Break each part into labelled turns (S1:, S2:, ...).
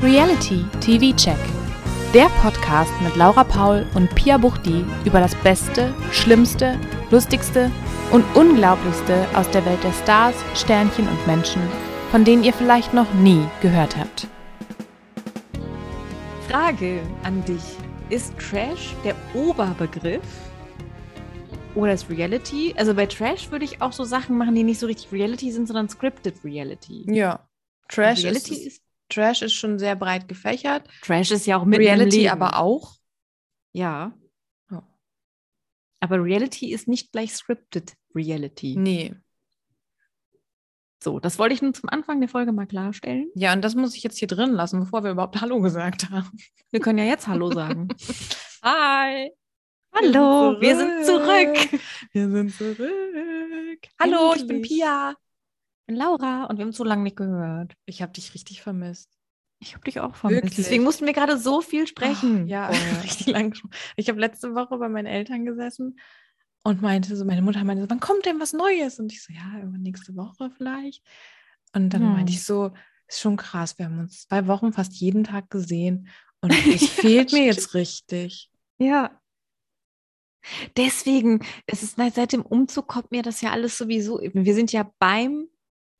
S1: Reality TV Check. Der Podcast mit Laura Paul und Pia Buchti über das Beste, Schlimmste, Lustigste und Unglaublichste aus der Welt der Stars, Sternchen und Menschen, von denen ihr vielleicht noch nie gehört habt.
S2: Frage an dich. Ist Trash der Oberbegriff? Oder ist Reality? Also bei Trash würde ich auch so Sachen machen, die nicht so richtig Reality sind, sondern Scripted Reality.
S3: Ja. Trash
S2: Reality
S3: ist, Trash ist schon sehr breit gefächert.
S2: Trash ist ja auch mit
S3: Reality aber auch.
S2: Ja.
S3: Ja.
S2: Aber Reality ist nicht gleich Scripted Reality.
S3: Nee.
S2: So, das wollte ich nun zum Anfang der Folge mal klarstellen.
S3: Ja, und das muss ich jetzt hier drin lassen, bevor wir überhaupt Hallo gesagt haben.
S2: Wir können ja jetzt Hallo sagen.
S3: Hi.
S2: Hallo, wir sind zurück.
S3: Wir sind zurück.
S2: Hallo, ich bin
S3: Endlich.
S2: Pia. Ich bin Laura und wir haben so lange nicht gehört.
S3: Ich habe dich richtig vermisst.
S2: Ich habe dich auch vermisst.
S3: Wirklich?
S2: Deswegen mussten wir gerade so viel sprechen.
S3: Oh, Ja,
S2: vorher.
S3: richtig lang. schon. Ich habe letzte Woche bei meinen Eltern gesessen und meinte so, meine Mutter meinte so, wann kommt denn was Neues? Und ich so, ja, irgendwann nächste Woche vielleicht. Und dann
S2: Hm.
S3: meinte ich so, ist schon krass, wir haben uns zwei Wochen fast jeden Tag gesehen und es fehlt mir jetzt richtig.
S2: Ja. Deswegen, es ist seit dem Umzug kommt mir das ja alles sowieso. Wir sind ja beim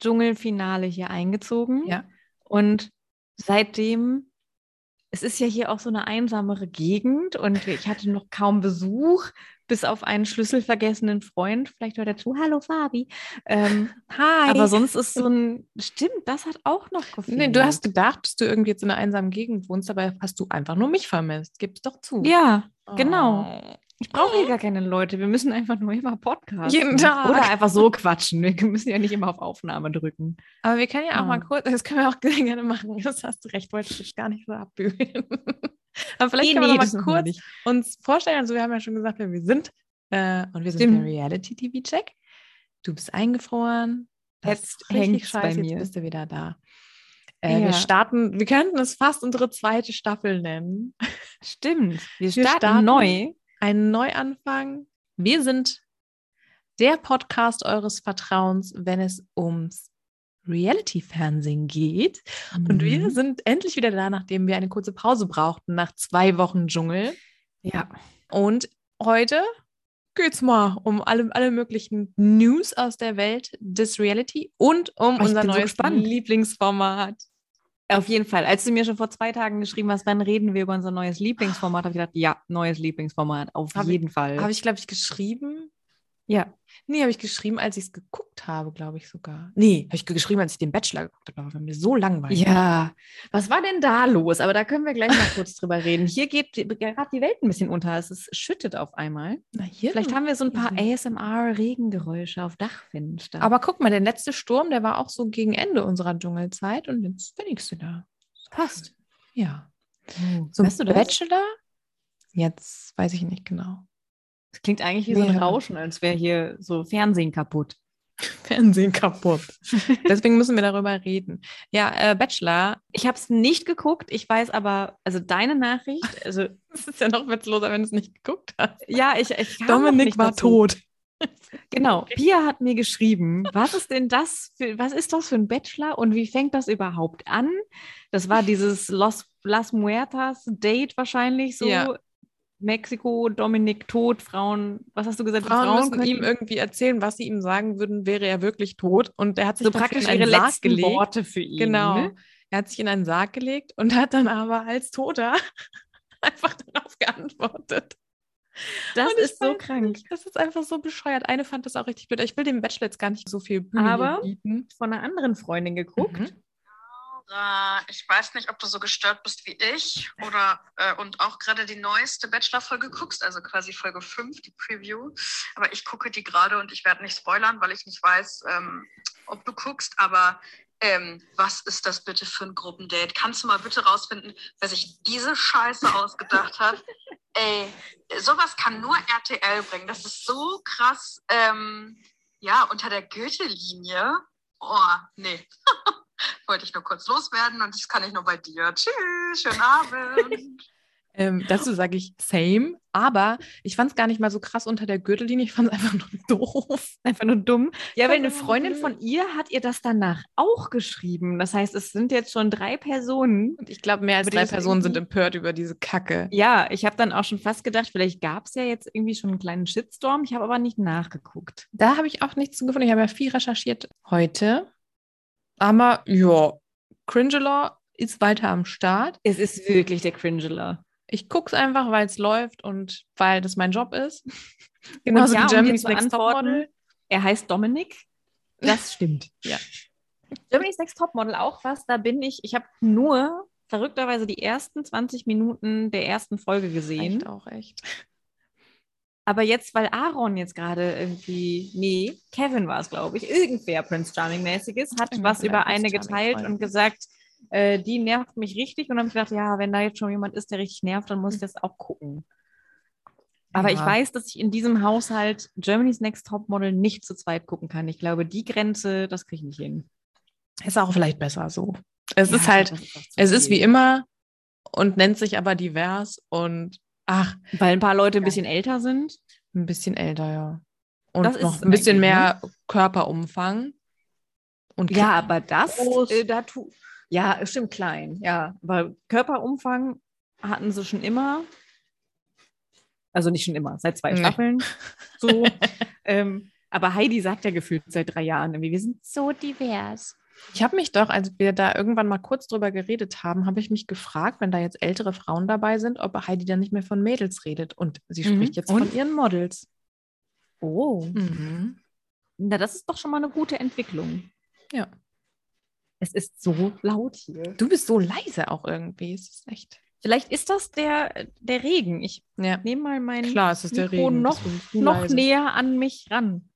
S2: Dschungelfinale hier eingezogen.
S3: Ja.
S2: Und seitdem, es ist ja hier auch so eine einsamere Gegend und ich hatte noch kaum Besuch, bis auf einen schlüsselvergessenen Freund. Vielleicht hört er zu. Hallo Fabi. Ähm,
S3: Hi.
S2: aber sonst ist so ein, stimmt, das hat auch noch gefehlt.
S3: Nee, du hast gedacht, dass du irgendwie jetzt in einer einsamen Gegend wohnst, dabei hast du einfach nur mich vermisst. Gib's doch zu.
S2: ja.
S3: Oh.
S2: genau. Ich brauche hier gar keine Leute. Wir müssen einfach nur immer Podcasts.
S3: Jeden
S2: machen.
S3: Tag.
S2: Oder einfach so quatschen. Wir müssen ja nicht immer auf Aufnahme drücken.
S3: Aber wir können ja auch mal
S2: Ja.
S3: kurz, das können wir auch gerne machen. Das hast du recht, wollte ich dich gar nicht so abbügeln. Aber vielleicht können wir noch mal kurz uns vorstellen. Also wir haben ja schon gesagt, wer wir sind. Äh, und wir sind
S2: Stimmt.
S3: der Reality-TV-Check. Du bist eingefroren.
S2: Jetzt
S3: ist richtig
S2: hängt's bei
S3: scheiße,
S2: mir.
S3: Jetzt bist du wieder da. Äh,
S2: Ja.
S3: Wir starten, wir könnten es fast unsere zweite Staffel nennen.
S2: Stimmt. Wir
S3: Wir
S2: starten,
S3: starten.
S2: neu.
S3: Ein Neuanfang. Wir sind der Podcast eures Vertrauens, wenn es ums Reality-Fernsehen geht.
S2: Mhm.
S3: Und wir sind endlich wieder da, nachdem wir eine kurze Pause brauchten, nach zwei Wochen Dschungel.
S2: Ja.
S3: Und heute geht's mal um alle, alle möglichen News aus der Welt des Reality und
S2: Oh,
S3: um
S2: ich
S3: unser
S2: bin so
S3: neues
S2: gespannt.
S3: Lieblingsformat.
S2: Auf jeden Fall. Als du mir schon vor zwei Tagen geschrieben hast, wann reden wir über unser neues Lieblingsformat, habe ich gedacht, ja, neues Lieblingsformat. Auf
S3: Hab ich-
S2: jeden Fall.
S3: Habe ich, glaube ich, geschrieben?
S2: ja.
S3: Nee, habe ich geschrieben, als ich es geguckt habe, glaube ich sogar. Nee, habe ich ge- geschrieben, als ich den Bachelor geguckt habe. aber war mir so langweilig.
S2: Ja. Was war denn da los? Aber da können wir gleich mal kurz drüber reden. Hier geht die- gerade die Welt ein bisschen unter. Es ist, schüttet auf einmal.
S3: Na, hier
S2: Vielleicht haben wir so ein paar
S3: Mhm.
S2: ASMR-Regengeräusche auf Dachfenstern.
S3: aber guck mal, der letzte Sturm, der war auch so gegen Ende unserer Dschungelzeit und jetzt bin ich wieder.
S2: passt.
S3: Ja.
S2: So
S3: So
S2: Oh, weißt du das?
S3: Bachelor? Jetzt weiß ich nicht genau.
S2: Das klingt eigentlich wie so ein
S3: Mehrere.
S2: Rauschen, als wäre hier so Fernsehen kaputt.
S3: Fernsehen kaputt. Deswegen müssen wir darüber reden. Ja, äh, Bachelor.
S2: Ich habe es nicht geguckt, ich weiß aber, also deine Nachricht, also
S3: Es ist ja noch witzloser, wenn du es nicht geguckt hast.
S2: ja, ich, ich kam noch
S3: Dominik
S2: nicht
S3: war
S2: dazu.
S3: tot.
S2: Genau. Pia hat mir geschrieben, was ist denn das für, was ist das für ein Bachelor und wie fängt das überhaupt an? Das war dieses Los Las Muertas Date wahrscheinlich so.
S3: Ja.
S2: Mexiko, Dominik tot, Frauen, was hast du gesagt? Die
S3: Frauen, müssen halt
S2: können-
S3: ihm irgendwie erzählen, was sie ihm sagen würden, wäre er wirklich tot. Und er hat sich
S2: so
S3: dafür
S2: praktisch
S3: in einen
S2: ihre
S3: Sarg
S2: letzten
S3: gelegt.
S2: Worte für ihn.
S3: Genau.
S2: Ne?
S3: Er hat sich in einen Sarg gelegt und hat dann aber als Toter einfach darauf geantwortet.
S2: Das
S3: Und ich
S2: ist so
S3: weiß
S2: krank.
S3: nicht, Das ist einfach so bescheuert. Eine fand das auch richtig blöd. Ich will dem Bachelor jetzt gar nicht so viel Bühne
S2: Aber-
S3: hier bieten.
S2: Von einer anderen Freundin geguckt.
S3: Mhm.
S4: Laura, Äh, ich weiß nicht, ob du so gestört bist wie ich oder äh, und auch gerade die neueste Bachelor-Folge guckst, also quasi Folge 5, die Preview. Aber ich gucke die gerade und ich werde nicht spoilern, weil ich nicht weiß, ähm, ob du guckst, aber ähm, was ist das bitte für ein Gruppendate? Kannst du mal bitte rausfinden, wer sich diese Scheiße ausgedacht hat? Ey, sowas kann nur RTL bringen. Das ist so krass. Ähm, ja, unter der Goethe-Linie. Oh, nee. Wollte ich nur kurz loswerden und das kann ich nur bei dir. Tschüss, schönen Abend.
S3: Ähm, dazu sage ich same, aber ich fand es gar nicht mal so krass unter der Gürtellinie, ich fand es einfach nur doof.
S2: Einfach nur dumm. Ja,
S3: Einfach
S2: weil eine
S3: nur
S2: Freundin
S3: dumm.
S2: von ihr hat ihr das danach auch geschrieben. Das heißt, es sind jetzt schon drei Personen.
S3: Und ich glaube, mehr als
S2: Aber
S3: drei
S2: das ist
S3: Personen sind
S2: irgendwie-
S3: empört über diese Kacke.
S2: Ja, ich habe dann auch schon fast gedacht, vielleicht gab es ja jetzt irgendwie schon einen kleinen Shitstorm. Ich habe aber nicht nachgeguckt.
S3: Da habe ich auch nichts zu gefunden. Ich habe ja viel recherchiert heute. Aber ja, Cringelor ist weiter am Start.
S2: Es ist wirklich der Cringeler.
S3: Ich gucke es einfach, weil es läuft und weil das mein Job ist.
S2: ja, um dir
S3: Germany's
S2: zu
S3: Next Topmodel.
S2: Er heißt Dominik. Das stimmt.
S3: Ja.
S2: Germany's Next Topmodel auch was. Da bin ich. Ich habe nur verrückterweise die ersten 20 Minuten der ersten Folge gesehen.
S3: Echt auch echt.
S2: Aber jetzt, weil Aaron jetzt gerade irgendwie, nee, Kevin war es, glaube ich, irgendwer Prince Charming-mäßiges, hat
S3: Irgendwer
S2: was
S3: von
S2: über
S3: deinen
S2: eine
S3: Prince
S2: geteilt
S3: Charming-Freunden.
S2: und gesagt, äh, die nervt mich richtig. Und dann habe ich gedacht, ja, wenn da jetzt schon jemand ist, der richtig nervt, dann muss ich das auch gucken. Aber ich
S3: Ja.
S2: weiß, dass ich in diesem Haushalt Germany's Next Topmodel nicht zu zweit gucken kann. Ich glaube, die Grenze, das kriege ich nicht hin.
S3: Ist auch vielleicht besser so. Es
S2: Ja,
S3: ist halt,
S2: das auch zu
S3: es ist wie
S2: viel.
S3: immer und nennt sich aber divers und ach,
S2: Weil ein paar Leute ein bisschen älter sind.
S3: ein bisschen älter, ja. Und
S2: Das ist
S3: noch
S2: es
S3: ein bisschen
S2: eigentlich,
S3: mehr Körperumfang. Und
S2: Ja, aber das,
S3: Groß.
S2: äh, da tu ja, stimmt, klein, ja. Aber Körperumfang hatten sie schon immer. Also nicht schon immer, seit zwei
S3: Nee.
S2: Staffeln. So. ähm, aber Heidi sagt ja gefühlt seit drei Jahren irgendwie, wir sind so divers.
S3: Ich habe mich doch, als wir da irgendwann mal kurz drüber geredet haben, habe ich mich gefragt, wenn da jetzt ältere Frauen dabei sind, ob Heidi dann nicht mehr von Mädels redet. Und sie
S2: Mhm.
S3: spricht jetzt
S2: Und?
S3: von ihren Models.
S2: Oh. Na, das ist doch schon mal eine gute Entwicklung.
S3: Ja.
S2: Es ist so laut hier.
S3: Du bist so leise auch irgendwie. Es ist echt.
S2: Vielleicht ist das der, der Regen. Ich
S3: Ja.
S2: nehme mal meinen
S3: Klar, es ist der
S2: Mikro
S3: Regen.
S2: noch-
S3: deswegen bist du
S2: noch
S3: leise.
S2: näher an mich ran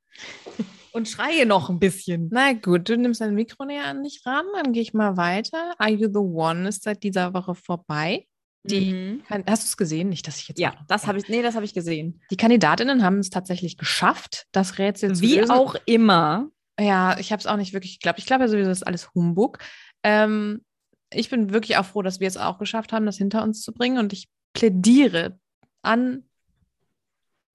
S2: und schreie noch ein bisschen.
S3: Na gut, du nimmst dein Mikro näher an dich ran, dann gehe ich mal weiter. Are You the One ist seit dieser Woche vorbei. Die-
S2: Mhm.
S3: Kann- Hast du es gesehen? Nicht, dass ich jetzt.
S2: Ja, das habe ich, nee, das habe ich gesehen.
S3: Die Kandidatinnen haben es tatsächlich geschafft, das Rätsel zu
S2: Wie
S3: lösen.
S2: auch immer.
S3: Ja, ich habe es auch nicht wirklich geglaubt. Ich glaube ja sowieso, das ist alles Humbug. Ähm, ich bin wirklich auch froh, dass wir es auch geschafft haben, das hinter uns zu bringen. Und ich plädiere an.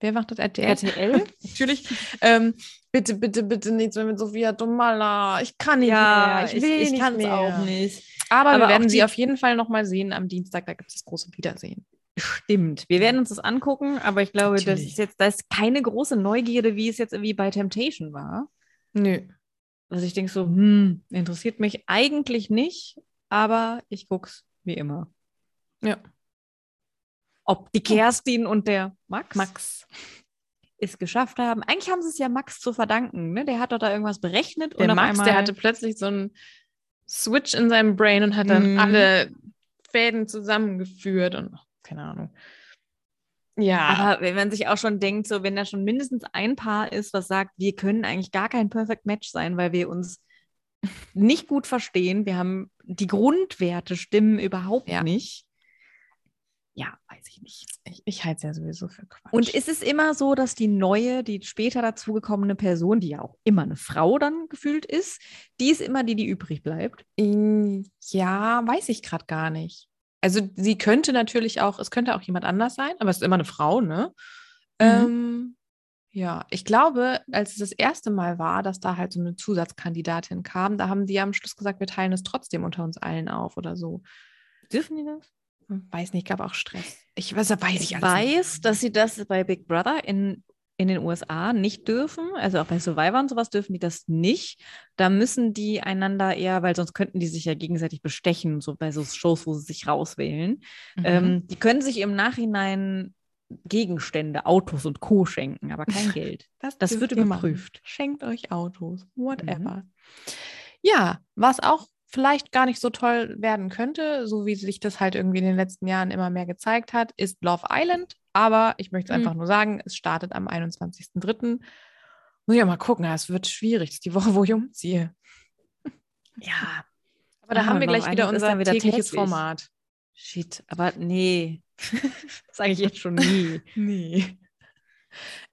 S3: Wer macht das RTL?
S2: RTL?
S3: Natürlich. Ähm, bitte, bitte, bitte nichts mehr mit Sophia Domala. Ich kann nicht
S2: ja,
S3: mehr.
S2: ich, ich,
S3: nicht
S2: kann es
S3: mehr.
S2: auch nicht.
S3: Aber,
S2: Aber
S3: wir
S2: auch
S3: werden sie
S2: die-
S3: auf jeden Fall nochmal sehen am Dienstag. Da gibt es das große Wiedersehen.
S2: Stimmt. Wir werden uns das angucken, aber ich glaube, das
S3: Natürlich.
S2: ist jetzt, da ist keine große Neugierde, wie es jetzt irgendwie bei Temptation war.
S3: Nö.
S2: Also ich denke so, hm, interessiert mich eigentlich nicht, aber ich guck's wie immer.
S3: Ja.
S2: Ob die Kerstin und der Max,
S3: Max.
S2: es geschafft haben. Eigentlich haben sie es ja Max zu verdanken, ne? Der hat doch da irgendwas berechnet
S3: Der
S2: und auf
S3: Max,
S2: einmal
S3: der hatte plötzlich so einen Switch in seinem Brain und hat dann
S2: Mhm.
S3: alle Fäden zusammengeführt und ach, keine Ahnung. Ja,
S2: Aber wenn man sich auch schon denkt, so wenn da schon mindestens ein Paar ist, was sagt, wir können eigentlich gar kein Perfect Match sein, weil wir uns nicht gut verstehen, wir haben die Grundwerte stimmen überhaupt
S3: Ja.
S2: nicht. Ja, weiß ich nicht.
S3: ich, ich halte es ja sowieso für Quatsch.
S2: Und ist es immer so, dass die neue, die später dazugekommene Person, die ja auch immer eine Frau dann gefühlt ist, die ist immer die, die übrig bleibt?
S3: In- ja, weiß ich gerade gar nicht. Also sie könnte natürlich auch, es könnte auch jemand anders sein, aber es ist immer eine Frau, ne? Ähm, ja, ich glaube, als es das erste Mal war, dass da halt so eine Zusatzkandidatin kam, da haben die am Schluss gesagt, wir teilen es trotzdem unter uns allen auf oder so.
S2: Dürfen die das?
S3: Weiß nicht, gab auch Stress. Ich weiß, weiß
S2: Ich
S3: ich alles nicht.
S2: weiß, dass sie das bei Big Brother in, in den USA nicht dürfen. Also auch bei Survivor und sowas dürfen die das nicht. Da müssen die einander eher, weil sonst könnten die sich ja gegenseitig bestechen, so bei so Shows, wo sie sich rauswählen.
S3: Mhm.
S2: Ähm, die können sich im Nachhinein Gegenstände, Autos und Co. schenken, aber kein Geld. das
S3: dürft
S2: wird
S3: ihr machen.
S2: überprüft. Mhm.
S3: Schenkt euch Autos, whatever. Ja, was auch vielleicht gar nicht so toll werden könnte, so wie sich das halt irgendwie in den letzten Jahren immer mehr gezeigt hat, ist Love Island. Aber ich möchte es
S2: Mhm.
S3: einfach nur sagen, es startet am 21.03. Muss ich ja mal gucken, ja, es wird schwierig. Das ist die Woche, wo ich umziehe.
S2: Ja.
S3: Aber da
S2: Ah,
S3: haben wir
S2: Love
S3: gleich wieder
S2: Island ist
S3: unser
S2: dann wieder
S3: tägliches
S2: täglich.
S3: Format.
S2: Shit, aber nee. Sage ich jetzt schon nie.
S3: Nee.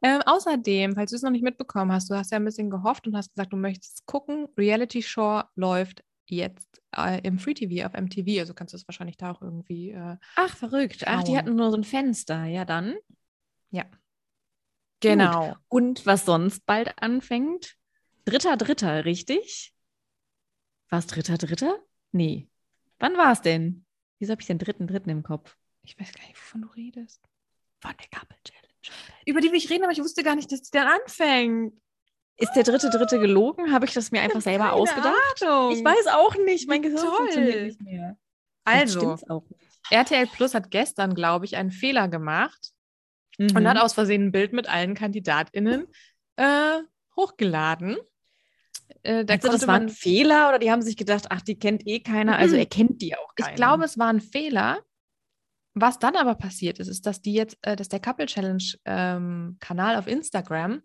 S3: Ähm, außerdem, falls du es noch nicht mitbekommen hast, du hast ja ein bisschen gehofft und hast gesagt, du möchtest gucken. Reality Shore läuft jetzt äh, im Free TV auf MTV. Also kannst du es wahrscheinlich da auch irgendwie. Äh,
S2: Ach, verrückt. Ach, die
S3: Schauen.
S2: hatten nur so ein Fenster. Ja, dann.
S3: genau.
S2: Und was sonst bald anfängt? Dritter, dritter, richtig? War es dritter, dritter? Nee. Wann war es denn? Wieso habe ich den dritten, dritten im Kopf?
S3: Ich weiß gar nicht, wovon du redest.
S2: Von der Couple Challenge.
S3: Über die will ich reden, aber ich wusste gar nicht, dass die dann anfängt.
S2: Ist der dritte, dritte gelogen? Habe ich das mir einfach selber
S3: Keine
S2: ausgedacht?
S3: Ahnung.
S2: Ich weiß auch nicht. Mein
S3: Wie
S2: Gehirn
S3: toll.
S2: funktioniert nicht mehr. Vielleicht
S3: Also,
S2: stimmt's auch nicht.
S3: RTL Plus hat gestern, glaube ich, einen Fehler gemacht und
S2: Mhm.
S3: hat aus Versehen ein Bild mit allen KandidatInnen äh, hochgeladen. Äh, da
S2: also, das
S3: konnte
S2: war ein
S3: man,
S2: Fehler oder die haben sich gedacht, ach, die kennt eh keiner, also
S3: Mhm.
S2: er kennt die auch keiner.
S3: ich glaube, es war ein Fehler. Was dann aber passiert ist, ist, dass die jetzt, äh, dass der Couple Challenge ähm, Kanal auf Instagram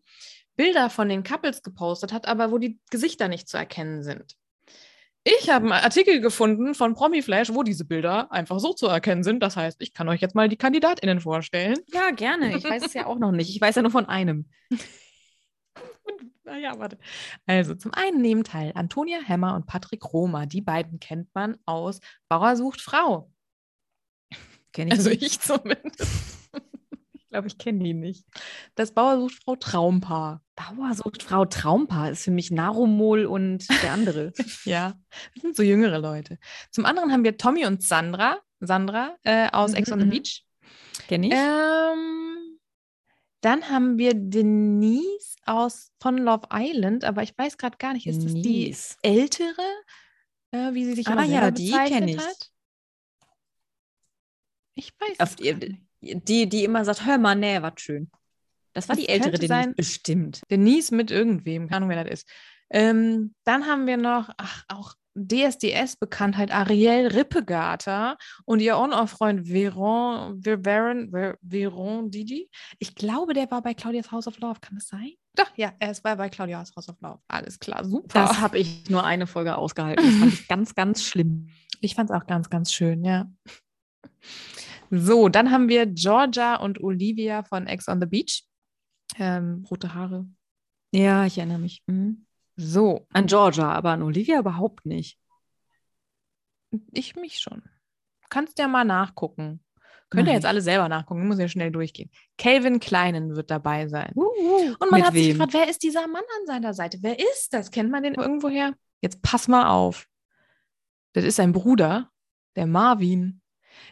S3: Bilder von den Couples gepostet hat, aber wo die Gesichter nicht zu erkennen sind. Ich habe einen Artikel gefunden von Promiflash, wo diese Bilder einfach so zu erkennen sind. Das heißt, ich kann euch jetzt mal die KandidatInnen vorstellen.
S2: ja, gerne. Ich weiß es ja auch noch nicht. Ich weiß ja nur von einem.
S3: Und, naja, warte. Also, zum einen nehmen teil Antonia Hemmer und Patrick Romer. Die beiden kennt man aus Bauer sucht Frau.
S2: Kenne
S3: Also ich zumindest.
S2: ich glaube, ich kenne die nicht.
S3: Das Bauer sucht Frau Traumpaar.
S2: Bauer sucht Frau Traumpaar ist für mich Narumol und der andere.
S3: Ja, das sind so jüngere Leute. Zum anderen haben wir Tommy und Sandra, Sandra äh, aus Ex on the
S2: Mhm, mhm.
S3: Beach.
S2: Kenne ich?
S3: Ähm, dann haben wir Denise aus von Love Island, aber ich weiß gerade gar nicht, ist das die
S2: Denise.
S3: ältere, äh, wie sie sich immer
S2: Ah ja,
S3: selber
S2: die
S3: bezeichnet
S2: kenn ich.
S3: Hat? Ich weiß
S2: Auf
S3: es
S2: ihr-
S3: gar nicht.
S2: Die, die immer sagt, hör mal, nee, was schön. Das war
S3: Das
S2: die ältere,
S3: könnte
S2: die
S3: sein.
S2: bestimmt.
S3: Denise mit irgendwem, keine Ahnung, wer das ist. Ähm, dann haben wir noch, ach, auch DSDS-Bekanntheit Ariel Rippegater und ihr On-Off-Freund Veron, Ver- Veron, Ver- Veron Didi. Ich glaube, der war bei Claudias House of Love, kann das sein? Doch, ja, er ist bei, bei Claudias House of Love. Alles klar, super.
S2: Das habe ich nur eine Folge ausgehalten. Das fand ich ganz, ganz schlimm.
S3: ich fand es auch ganz, ganz schön, ja. So, dann haben wir Georgia und Olivia von Ex on the Beach. Ähm, rote Haare.
S2: Ja, ich erinnere mich. Mhm.
S3: So,
S2: An Georgia, aber an Olivia überhaupt nicht.
S3: Ich mich schon. Kannst ja mal nachgucken. Könnt ihr
S2: Mach
S3: jetzt
S2: ich.
S3: alle selber nachgucken, muss ja schnell durchgehen. Calvin Kleinen wird dabei sein. Und
S2: Und
S3: man
S2: Uh, Mit
S3: hat sich
S2: wem?
S3: gefragt, wer ist dieser Mann an seiner Seite? Wer ist das? Kennt man den irgendwoher? Jetzt pass mal auf. Das ist sein Bruder, der Marvin.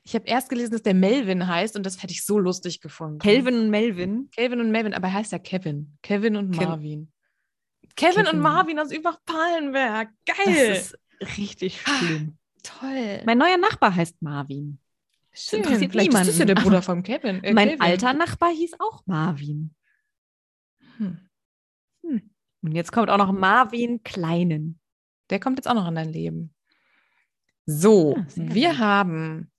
S3: Ich habe erst gelesen, dass der Melvin heißt und das hätte ich so lustig gefunden.
S2: Calvin und Melvin.
S3: Calvin und Melvin, aber er heißt ja Kevin. Kevin und
S2: Ken-
S3: Marvin. Kevin, und
S2: Kevin.
S3: Marvin aus Überpallenberg.
S2: Das
S3: Geil.
S2: ist richtig schlimm.
S3: toll.
S2: Mein neuer Nachbar heißt Marvin.
S3: Schön.
S2: interessiert
S3: Hm, Vielleicht ist das ja
S2: niemanden.
S3: der Bruder von Kevin. äh,
S2: mein
S3: Calvin.
S2: alter Nachbar hieß auch Marvin.
S3: Hm.
S2: Und jetzt kommt auch noch Marvin Kleinen.
S3: Der kommt jetzt auch noch in dein Leben. So,
S2: Ah, sehr
S3: wir
S2: gut.
S3: haben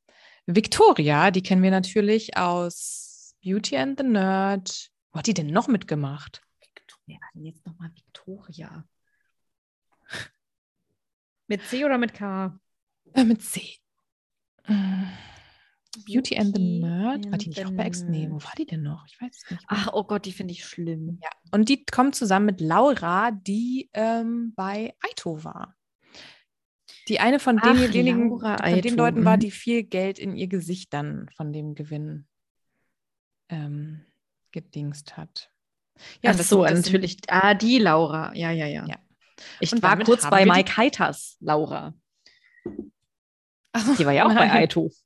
S3: Victoria, die kennen wir natürlich aus Beauty and the Nerd. Wo hat die denn noch mitgemacht?
S2: Wer war denn jetzt nochmal Victoria? Mit C oder mit K?
S3: Äh, mit C. Mm. Beauty and the
S2: Beauty
S3: Nerd. War
S2: and
S3: die nicht
S2: the
S3: auch bei Ex? Nee, wo
S2: Nerd.
S3: war die denn noch? Ich weiß es nicht.
S2: Ach, oh Gott, die finde ich schlimm.
S3: Und die kommt zusammen mit Laura, die ähm, bei Aito war. Die eine von,
S2: Ach,
S3: den, wenigen,
S2: Laura
S3: von den
S2: Aito,
S3: Leuten war,
S2: mhm.
S3: die viel Geld in ihr Gesicht dann von dem Gewinn ähm, gedingst hat.
S2: Ja,
S3: und
S2: Ach
S3: das-
S2: so,
S3: das sind-
S2: natürlich. Ah, die Laura. Ja, ja, ja.
S3: Ja.
S2: Ich
S3: Und
S2: war
S3: damit
S2: kurz
S3: haben
S2: bei
S3: wir die-
S2: Mike Heiters, Laura.
S3: Ach,
S2: Die war ja auch bei
S3: nein.
S2: Aito.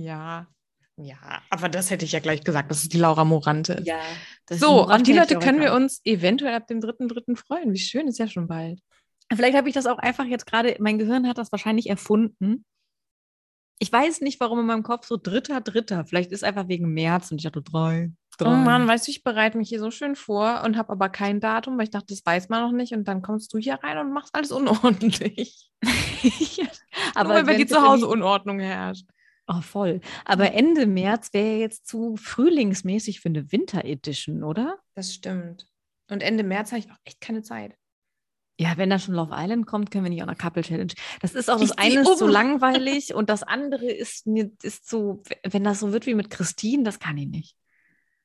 S3: Ja, ja, aber das hätte ich ja gleich gesagt, dass es die Laura Morante ist.
S2: Ja.
S3: so, auf die Leute können wir uns eventuell ab dem 3.3. freuen. Wie schön, ist ja schon bald.
S2: Vielleicht habe ich das auch einfach jetzt gerade, mein Gehirn hat das wahrscheinlich erfunden. Ich weiß nicht, warum in meinem Kopf so dritter, dritter. Vielleicht ist einfach wegen März und ich dachte drei, drei.
S3: Oh Mann, weißt du, ich bereite mich hier so schön vor und habe aber kein Datum, weil ich dachte, das weiß man noch nicht. Und dann kommst du hier rein und machst alles unordentlich.
S2: aber
S3: Nur weil bei
S2: wenn
S3: dir
S2: es
S3: zu Hause Mhm.
S2: irgendwie-
S3: Unordnung herrscht.
S2: Oh, voll. Aber Ende März wäre jetzt zu frühlingsmäßig für eine Winter Edition, oder?
S3: Das stimmt. Und Ende März habe ich auch echt keine Zeit.
S2: Ja, wenn da schon Love Island kommt, können wir nicht auch eine Couple Challenge. Das ist auch das
S3: Ich zieh
S2: eine ist so
S3: um.
S2: langweilig und das andere ist mir ist so, wenn das so wird wie mit Christine, das kann ich nicht.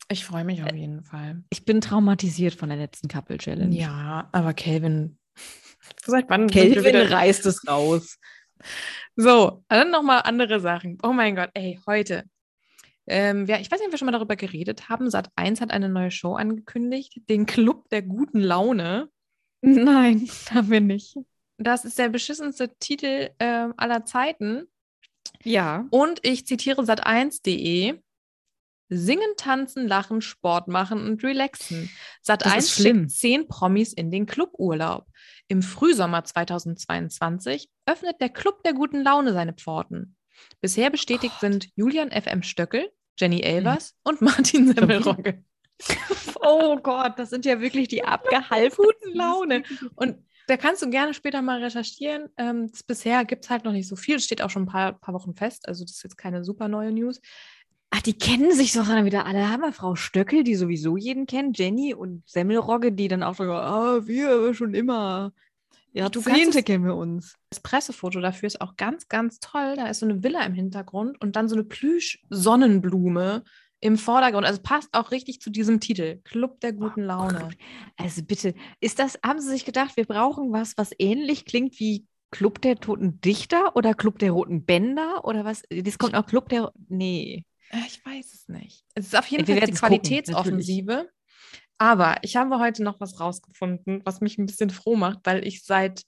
S3: Ich freue mich auf jeden Fall.
S2: Ich bin traumatisiert von der letzten Couple Challenge.
S3: Ja, aber Calvin, Seit wann sind wir
S2: Kelvin
S3: wieder
S2: reißt es raus.
S3: So, dann nochmal andere Sachen. Oh mein Gott, ey, heute. Ähm, ja, ich weiß nicht, ob wir schon mal darüber geredet haben. Sat 1 hat eine neue Show angekündigt, den Club der guten Laune.
S2: Nein, haben wir nicht.
S3: Das ist der beschissenste Titel ähm, aller Zeiten.
S2: Ja.
S3: Und ich zitiere sat1.de. Singen, tanzen, lachen, Sport machen und relaxen.
S2: Das
S3: Sat1
S2: ist schlimm.
S3: schickt zehn Promis in den Cluburlaub. Im Frühsommer 2022 öffnet der Club der guten Laune seine Pforten. Bisher bestätigt sind Julian FM Stöckel, Jenny
S2: Mhm.
S3: Elvers und Martin Semmelrogge.
S2: Oh Gott, das sind ja wirklich die abgehalften
S3: Laune. Und da kannst du gerne später mal recherchieren. Ähm, das- bisher gibt es halt noch nicht so viel, steht auch schon ein paar, paar Wochen fest. Also, das ist jetzt keine super neue News.
S2: Ach, die kennen sich doch dann wieder alle. Haben wir Frau Stöckel, die sowieso jeden kennt, Jenny und Semmelrogge, die dann auch so, ah, wir schon immer. Ja,
S3: Du
S2: du
S3: kannst es-
S2: kennen wir uns.
S3: das Pressefoto dafür ist auch ganz, ganz toll. Da ist so eine Villa im Hintergrund und dann so eine Plüsch-Sonnenblume im Vordergrund. Also passt auch richtig zu diesem Titel: Club der guten Laune.
S2: Oh Also bitte, ist das, haben Sie sich gedacht, wir brauchen was, was ähnlich klingt wie Club der Toten Dichter oder Club der Roten Bänder oder was? Das kommt auch Club der. Nee.
S3: Äh, Ich weiß es nicht. Es ist auf jeden
S2: Wir
S3: Fall die
S2: werden's gucken,
S3: Qualitätsoffensive. Aber ich habe heute noch was rausgefunden, was mich ein bisschen froh macht, weil ich seit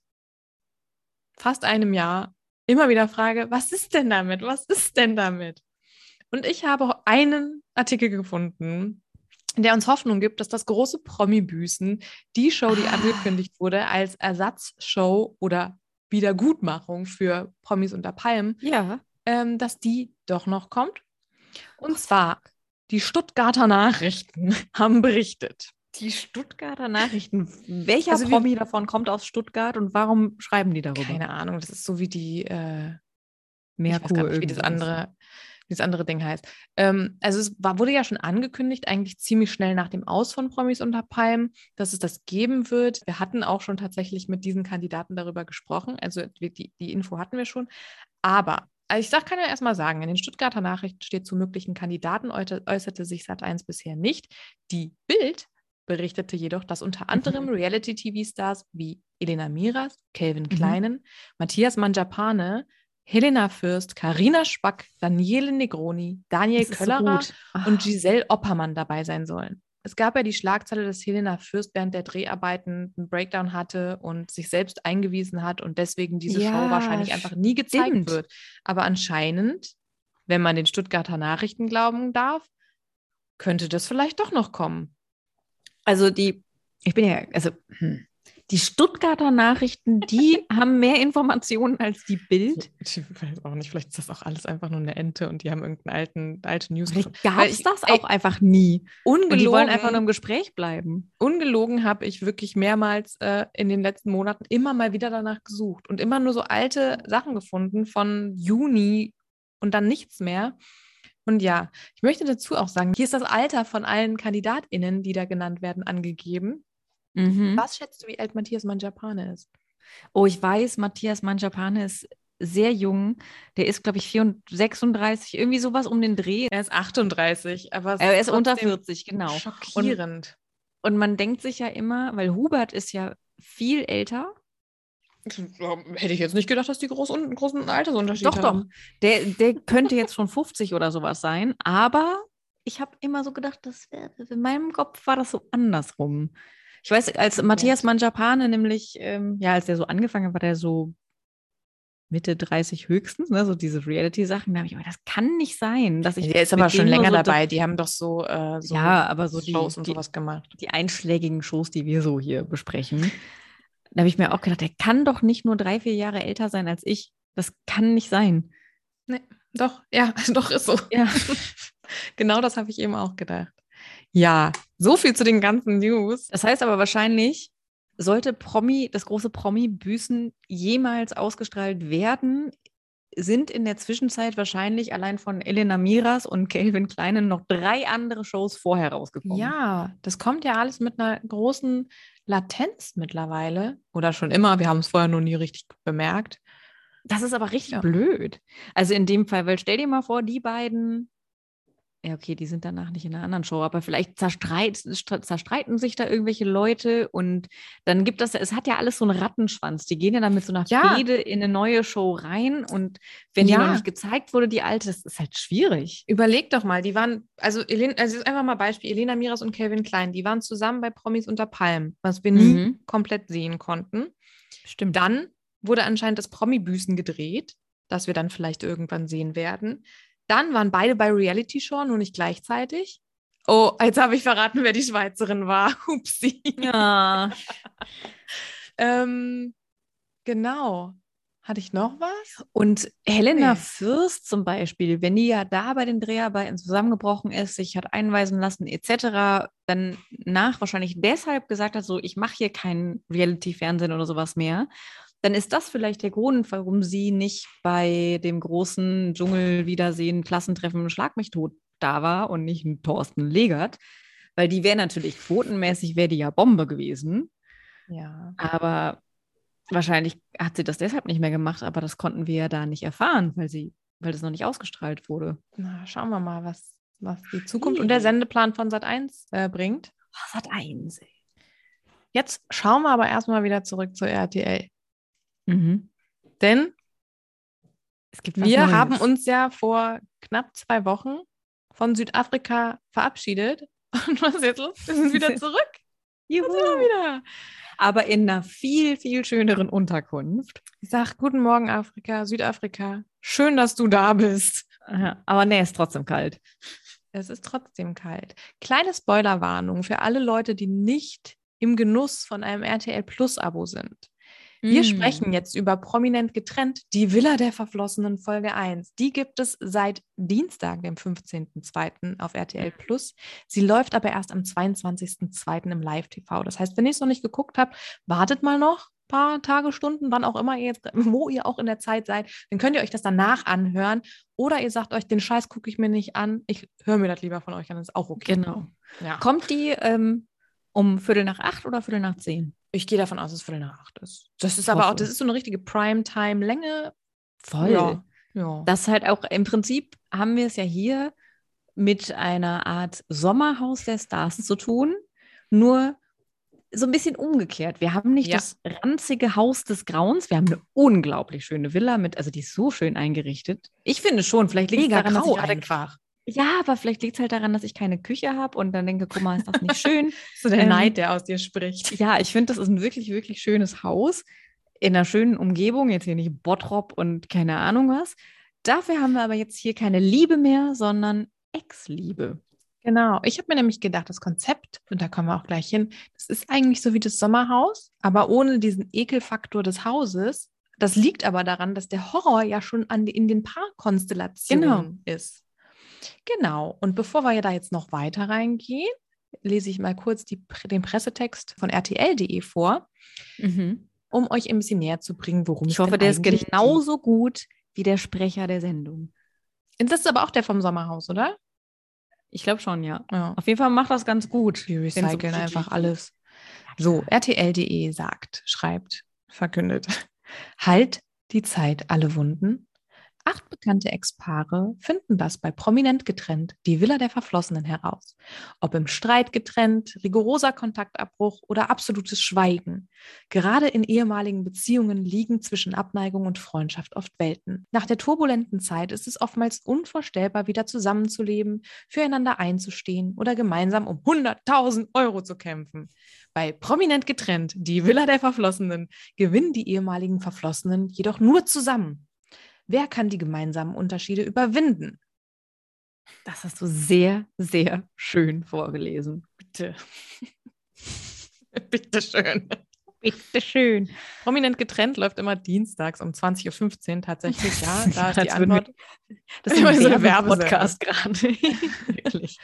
S3: fast einem Jahr immer wieder frage, was ist denn damit? Was ist denn damit? Und ich habe einen Artikel gefunden, der uns Hoffnung gibt, dass das große Promi-Büßen, die Show, die
S2: Ah.
S3: angekündigt wurde, als Ersatzshow oder Wiedergutmachung für Promis unter Palmen,
S2: Ja.
S3: ähm, dass die doch noch kommt. Und zwar, die Stuttgarter Nachrichten haben berichtet.
S2: Die Stuttgarter Nachrichten. Welcher
S3: Also wir-
S2: Promi davon kommt aus Stuttgart und warum schreiben die darüber?
S3: Keine Ahnung, das ist so wie die, äh,
S2: Mehr
S3: ich weiß gar nicht, wie das andere, wie das andere Ding heißt. Ähm, also es war, wurde ja schon angekündigt, eigentlich ziemlich schnell nach dem Aus von Promis unter Palmen, dass es das geben wird. Wir hatten auch schon tatsächlich mit diesen Kandidaten darüber gesprochen. Also wir- die, die Info hatten wir schon. Aber also ich sag, kann ja erstmal sagen, in den Stuttgarter Nachrichten steht zu möglichen Kandidaten äußerte, äußerte sich Sat1 bisher nicht. Die Bild berichtete jedoch, dass unter anderem Reality-TV-Stars wie Elena Miras,
S2: Mhm.
S3: Calvin Kleinen, Matthias Manjapane, Helena Fürst, Karina Spack, Daniele Negroni, Daniel
S2: Das ist so
S3: Köllerer
S2: gut. Ah.
S3: und Giselle Oppermann dabei sein sollen. Es gab ja die Schlagzeile, dass Helena Fürst während der Dreharbeiten einen Breakdown hatte und sich selbst eingewiesen hat und deswegen diese Show
S2: Ja,
S3: wahrscheinlich einfach nie gezeigt
S2: stimmt.
S3: wird. Aber anscheinend, wenn man den Stuttgarter Nachrichten glauben darf, könnte das vielleicht doch noch kommen.
S2: Also die, ich bin ja, also hm. die Stuttgarter Nachrichten, die haben mehr Informationen als die Bild.
S3: Ich weiß auch nicht, vielleicht ist das auch alles einfach nur eine Ente und die haben irgendeinen alten, alte News.
S2: Vielleicht
S3: Weil
S2: gab
S3: ich-
S2: es das
S3: ey,
S2: auch einfach nie. Und
S3: Ungelogen.
S2: die wollen einfach nur im Gespräch bleiben.
S3: ungelogen habe ich wirklich mehrmals äh, in den letzten Monaten immer mal wieder danach gesucht und immer nur so alte Sachen gefunden von Juni und dann nichts mehr. Und ja, ich möchte dazu auch sagen, hier ist das Alter von allen KandidatInnen, die da genannt werden, angegeben.
S2: Mhm.
S3: Was schätzt du, wie alt Matthias Manjapane ist?
S2: Oh, ich weiß, Matthias Manjapane ist sehr jung. Der ist, glaube ich, 34, 36, irgendwie sowas um den Dreh.
S3: Er ist 38, aber es
S2: Er ist unter
S3: trotzdem
S2: 40, genau.
S3: Schockierend.
S2: Und man denkt sich ja immer, weil Hubert ist ja viel älter.
S3: Hätte ich jetzt nicht gedacht, dass die groß und, großen Altersunterschied
S2: Doch, doch. Der, der könnte jetzt schon 50 oder sowas sein, aber ich habe immer so gedacht, das wäre, in meinem Kopf war das so andersrum. Ich weiß, als Matthias Manjapane nämlich, ähm, ja, als der so angefangen hat, war der so Mitte 30 höchstens, ne, so diese Reality-Sachen. Da habe ich immer, das kann nicht sein, dass ich.
S3: Der ist aber
S2: mit
S3: schon
S2: denen nur
S3: länger
S2: so
S3: dabei. Die haben doch so, äh, so
S2: ja, aber so die,
S3: Shows und
S2: die,
S3: sowas gemacht.
S2: die einschlägigen Shows, die wir so hier besprechen. Da habe ich mir auch gedacht, der kann doch nicht nur drei, vier Jahre älter sein als ich. Das kann nicht sein.
S3: Doch, ja, doch ist so.
S2: Ja.
S3: genau das habe ich eben auch gedacht. Ja, so viel zu den ganzen News.
S2: Das heißt aber wahrscheinlich, sollte Promi, das große Promi-Büßen jemals ausgestrahlt werden, sind in der Zwischenzeit wahrscheinlich allein von Elena Miras und Calvin Kleinen noch drei andere Shows vorher rausgekommen.
S3: Ja, das kommt ja alles mit einer großen Latenz mittlerweile. Oder schon immer. Wir haben es vorher nur nie richtig bemerkt.
S2: Das ist aber richtig
S3: Ja.
S2: blöd. Also in dem Fall, weil stell dir mal vor, die beiden Ja, okay, die sind danach nicht in einer anderen Show, aber vielleicht zerstreit, stre- zerstreiten sich da irgendwelche Leute und dann gibt das, es hat ja alles so einen Rattenschwanz. Die gehen ja dann mit so einer
S1: Ja.
S2: Fehde in eine neue Show rein und wenn die
S3: Ja.
S2: noch nicht gezeigt wurde, die alte, das ist halt schwierig.
S3: Überleg doch mal, die waren, also, Elena, also einfach mal Beispiel, Elena Miras und Calvin Klein, die waren zusammen bei Promis unter Palmen, was wir nie
S2: Mhm.
S3: komplett sehen konnten.
S2: Stimmt.
S3: Dann wurde anscheinend das Promi-Büßen gedreht, das wir dann vielleicht irgendwann sehen werden. Dann waren beide bei Reality-Show, nur nicht gleichzeitig. Oh, jetzt habe ich verraten, wer die Schweizerin war. Upsi.
S2: Ja.
S3: Ähm, genau. Hatte ich noch was?
S2: Und Helena
S3: Nee.
S2: Fürst zum Beispiel, wenn die ja da bei den Dreharbeiten zusammengebrochen ist, sich hat einweisen lassen etc., dann nach wahrscheinlich deshalb gesagt hat, so ich mache hier keinen Reality-Fernsehen oder sowas mehr, dann ist das vielleicht der Grund, warum sie nicht bei dem großen Dschungel-Wiedersehen, Klassentreffen, Schlag mich tot da war und nicht ein Thorsten Legert, weil die wäre natürlich quotenmäßig, wäre die ja Bombe gewesen.
S3: Ja.
S2: Aber wahrscheinlich hat sie das deshalb nicht mehr gemacht, aber das konnten wir ja da nicht erfahren, weil sie, weil das noch nicht ausgestrahlt wurde.
S3: Na, schauen wir mal, was, was die Zukunft und der
S2: Schwierig.
S3: Sendeplan von Sat1 äh, bringt.
S2: Was hat eins?
S3: Jetzt schauen wir aber erstmal wieder zurück zu RTL.
S2: Mhm.
S3: Denn
S2: Es gibt was
S3: wir
S2: Neues.
S3: haben uns ja vor knapp zwei Wochen von Südafrika verabschiedet. Und was ist jetzt los? Wir sind wieder zurück.
S2: Juhu.
S3: Wieder.
S2: aber in einer viel, viel schöneren Unterkunft.
S3: Ich sag guten Morgen, Afrika, Südafrika. Schön, dass du da bist.
S2: Aha. Aber nee, ist trotzdem kalt.
S3: Es ist trotzdem kalt. Kleine Spoilerwarnung für alle Leute, die nicht im Genuss von einem RTL Plus Abo sind. Wir
S2: Mhm.
S3: sprechen jetzt über Prominent getrennt, die Villa der Verflossenen Folge 1. Die gibt es seit Dienstag, dem 15.02. auf RTL Plus. Sie läuft aber erst am 22.02. im Live-TV. Das heißt, wenn ihr es noch nicht geguckt habt, wartet mal noch ein paar Tage, Stunden, wann auch immer ihr jetzt, wo ihr auch in der Zeit seid, dann könnt ihr euch das danach anhören. Oder ihr sagt euch, den Scheiß gucke ich mir nicht an. Ich höre mir das lieber von euch an, ist auch okay.
S2: Genau.
S3: Ja.
S2: Kommt die ähm, um Viertel nach acht oder Viertel nach zehn?
S3: Ich gehe davon aus, dass es Viertel nach acht ist. Das ist
S2: Ich
S3: aber auch,
S2: hoffe.
S3: das ist so eine richtige Primetime-Länge.
S2: Voll.
S3: Ja. Ja.
S2: Das ist halt auch, im Prinzip haben wir es ja hier mit einer Art Sommerhaus der Stars zu tun, nur so ein bisschen umgekehrt. Wir haben nicht
S3: Ja.
S2: das ranzige Haus des Grauens, wir haben eine unglaublich schöne Villa mit, also die ist so schön eingerichtet. Ich finde schon, vielleicht liegt es
S3: Mega
S2: daran, dass ich
S3: grau
S2: gerade,
S3: einfach.
S2: Ja, aber vielleicht liegt es halt daran, dass ich keine Küche habe und dann denke, guck mal, ist das nicht schön?
S3: So der
S2: Ähm,
S3: Neid, der aus dir spricht.
S2: Ja, ich finde, das ist ein wirklich, wirklich schönes Haus in einer schönen Umgebung. Jetzt hier nicht Bottrop und keine Ahnung was. Dafür haben wir aber jetzt hier keine Liebe mehr, sondern Ex-Liebe.
S3: Genau. Ich habe mir nämlich gedacht, das Konzept, und da kommen wir auch gleich hin, das ist eigentlich so wie das Sommerhaus, aber ohne diesen Ekelfaktor des Hauses. Das liegt aber daran, dass der Horror ja schon an, in den Paarkonstellationen ist. Genau. Und bevor wir ja da jetzt noch weiter reingehen, lese ich mal kurz die, Pre- den Pressetext von rtl.de E vor, um euch ein bisschen näher zu bringen, worum es
S2: Mhm. Ich hoffe,
S3: denn
S2: der ist
S3: eigentlich geht.
S2: genauso gut wie der Sprecher der Sendung.
S3: Das ist aber auch der vom Sommerhaus, oder?
S2: Ich glaube schon, ja.
S3: Ja.
S2: Auf jeden Fall macht das ganz gut.
S3: Die
S2: wenn's um
S3: recyceln
S2: Gigi
S3: einfach
S2: geht.
S3: alles. So, RTL.de E sagt, schreibt, verkündet. Halt die Zeit, alle Wunden. Acht bekannte Ex-Paare finden das bei Prominent getrennt, die Villa der Verflossenen heraus. Ob im Streit getrennt, rigoroser Kontaktabbruch oder absolutes Schweigen. Gerade in ehemaligen Beziehungen liegen zwischen Abneigung und Freundschaft oft Welten. Nach der turbulenten Zeit ist es oftmals unvorstellbar, wieder zusammenzuleben, füreinander einzustehen oder gemeinsam um 100.000 Euro zu kämpfen. Bei Prominent getrennt, die Villa der Verflossenen, gewinnen die ehemaligen Verflossenen jedoch nur zusammen. Wer kann die gemeinsamen Unterschiede überwinden?
S2: Das hast du sehr, sehr schön vorgelesen.
S3: Bitte. Bitte schön.
S2: Bitte schön.
S3: Prominent getrennt läuft immer dienstags um 20.15 Uhr tatsächlich. Ja, da ist die
S2: Als würden wir-
S3: Antwort.
S2: Das ist ein
S3: So
S2: so
S3: eine
S2: Werbepodcast gerade.
S3: Wirklich.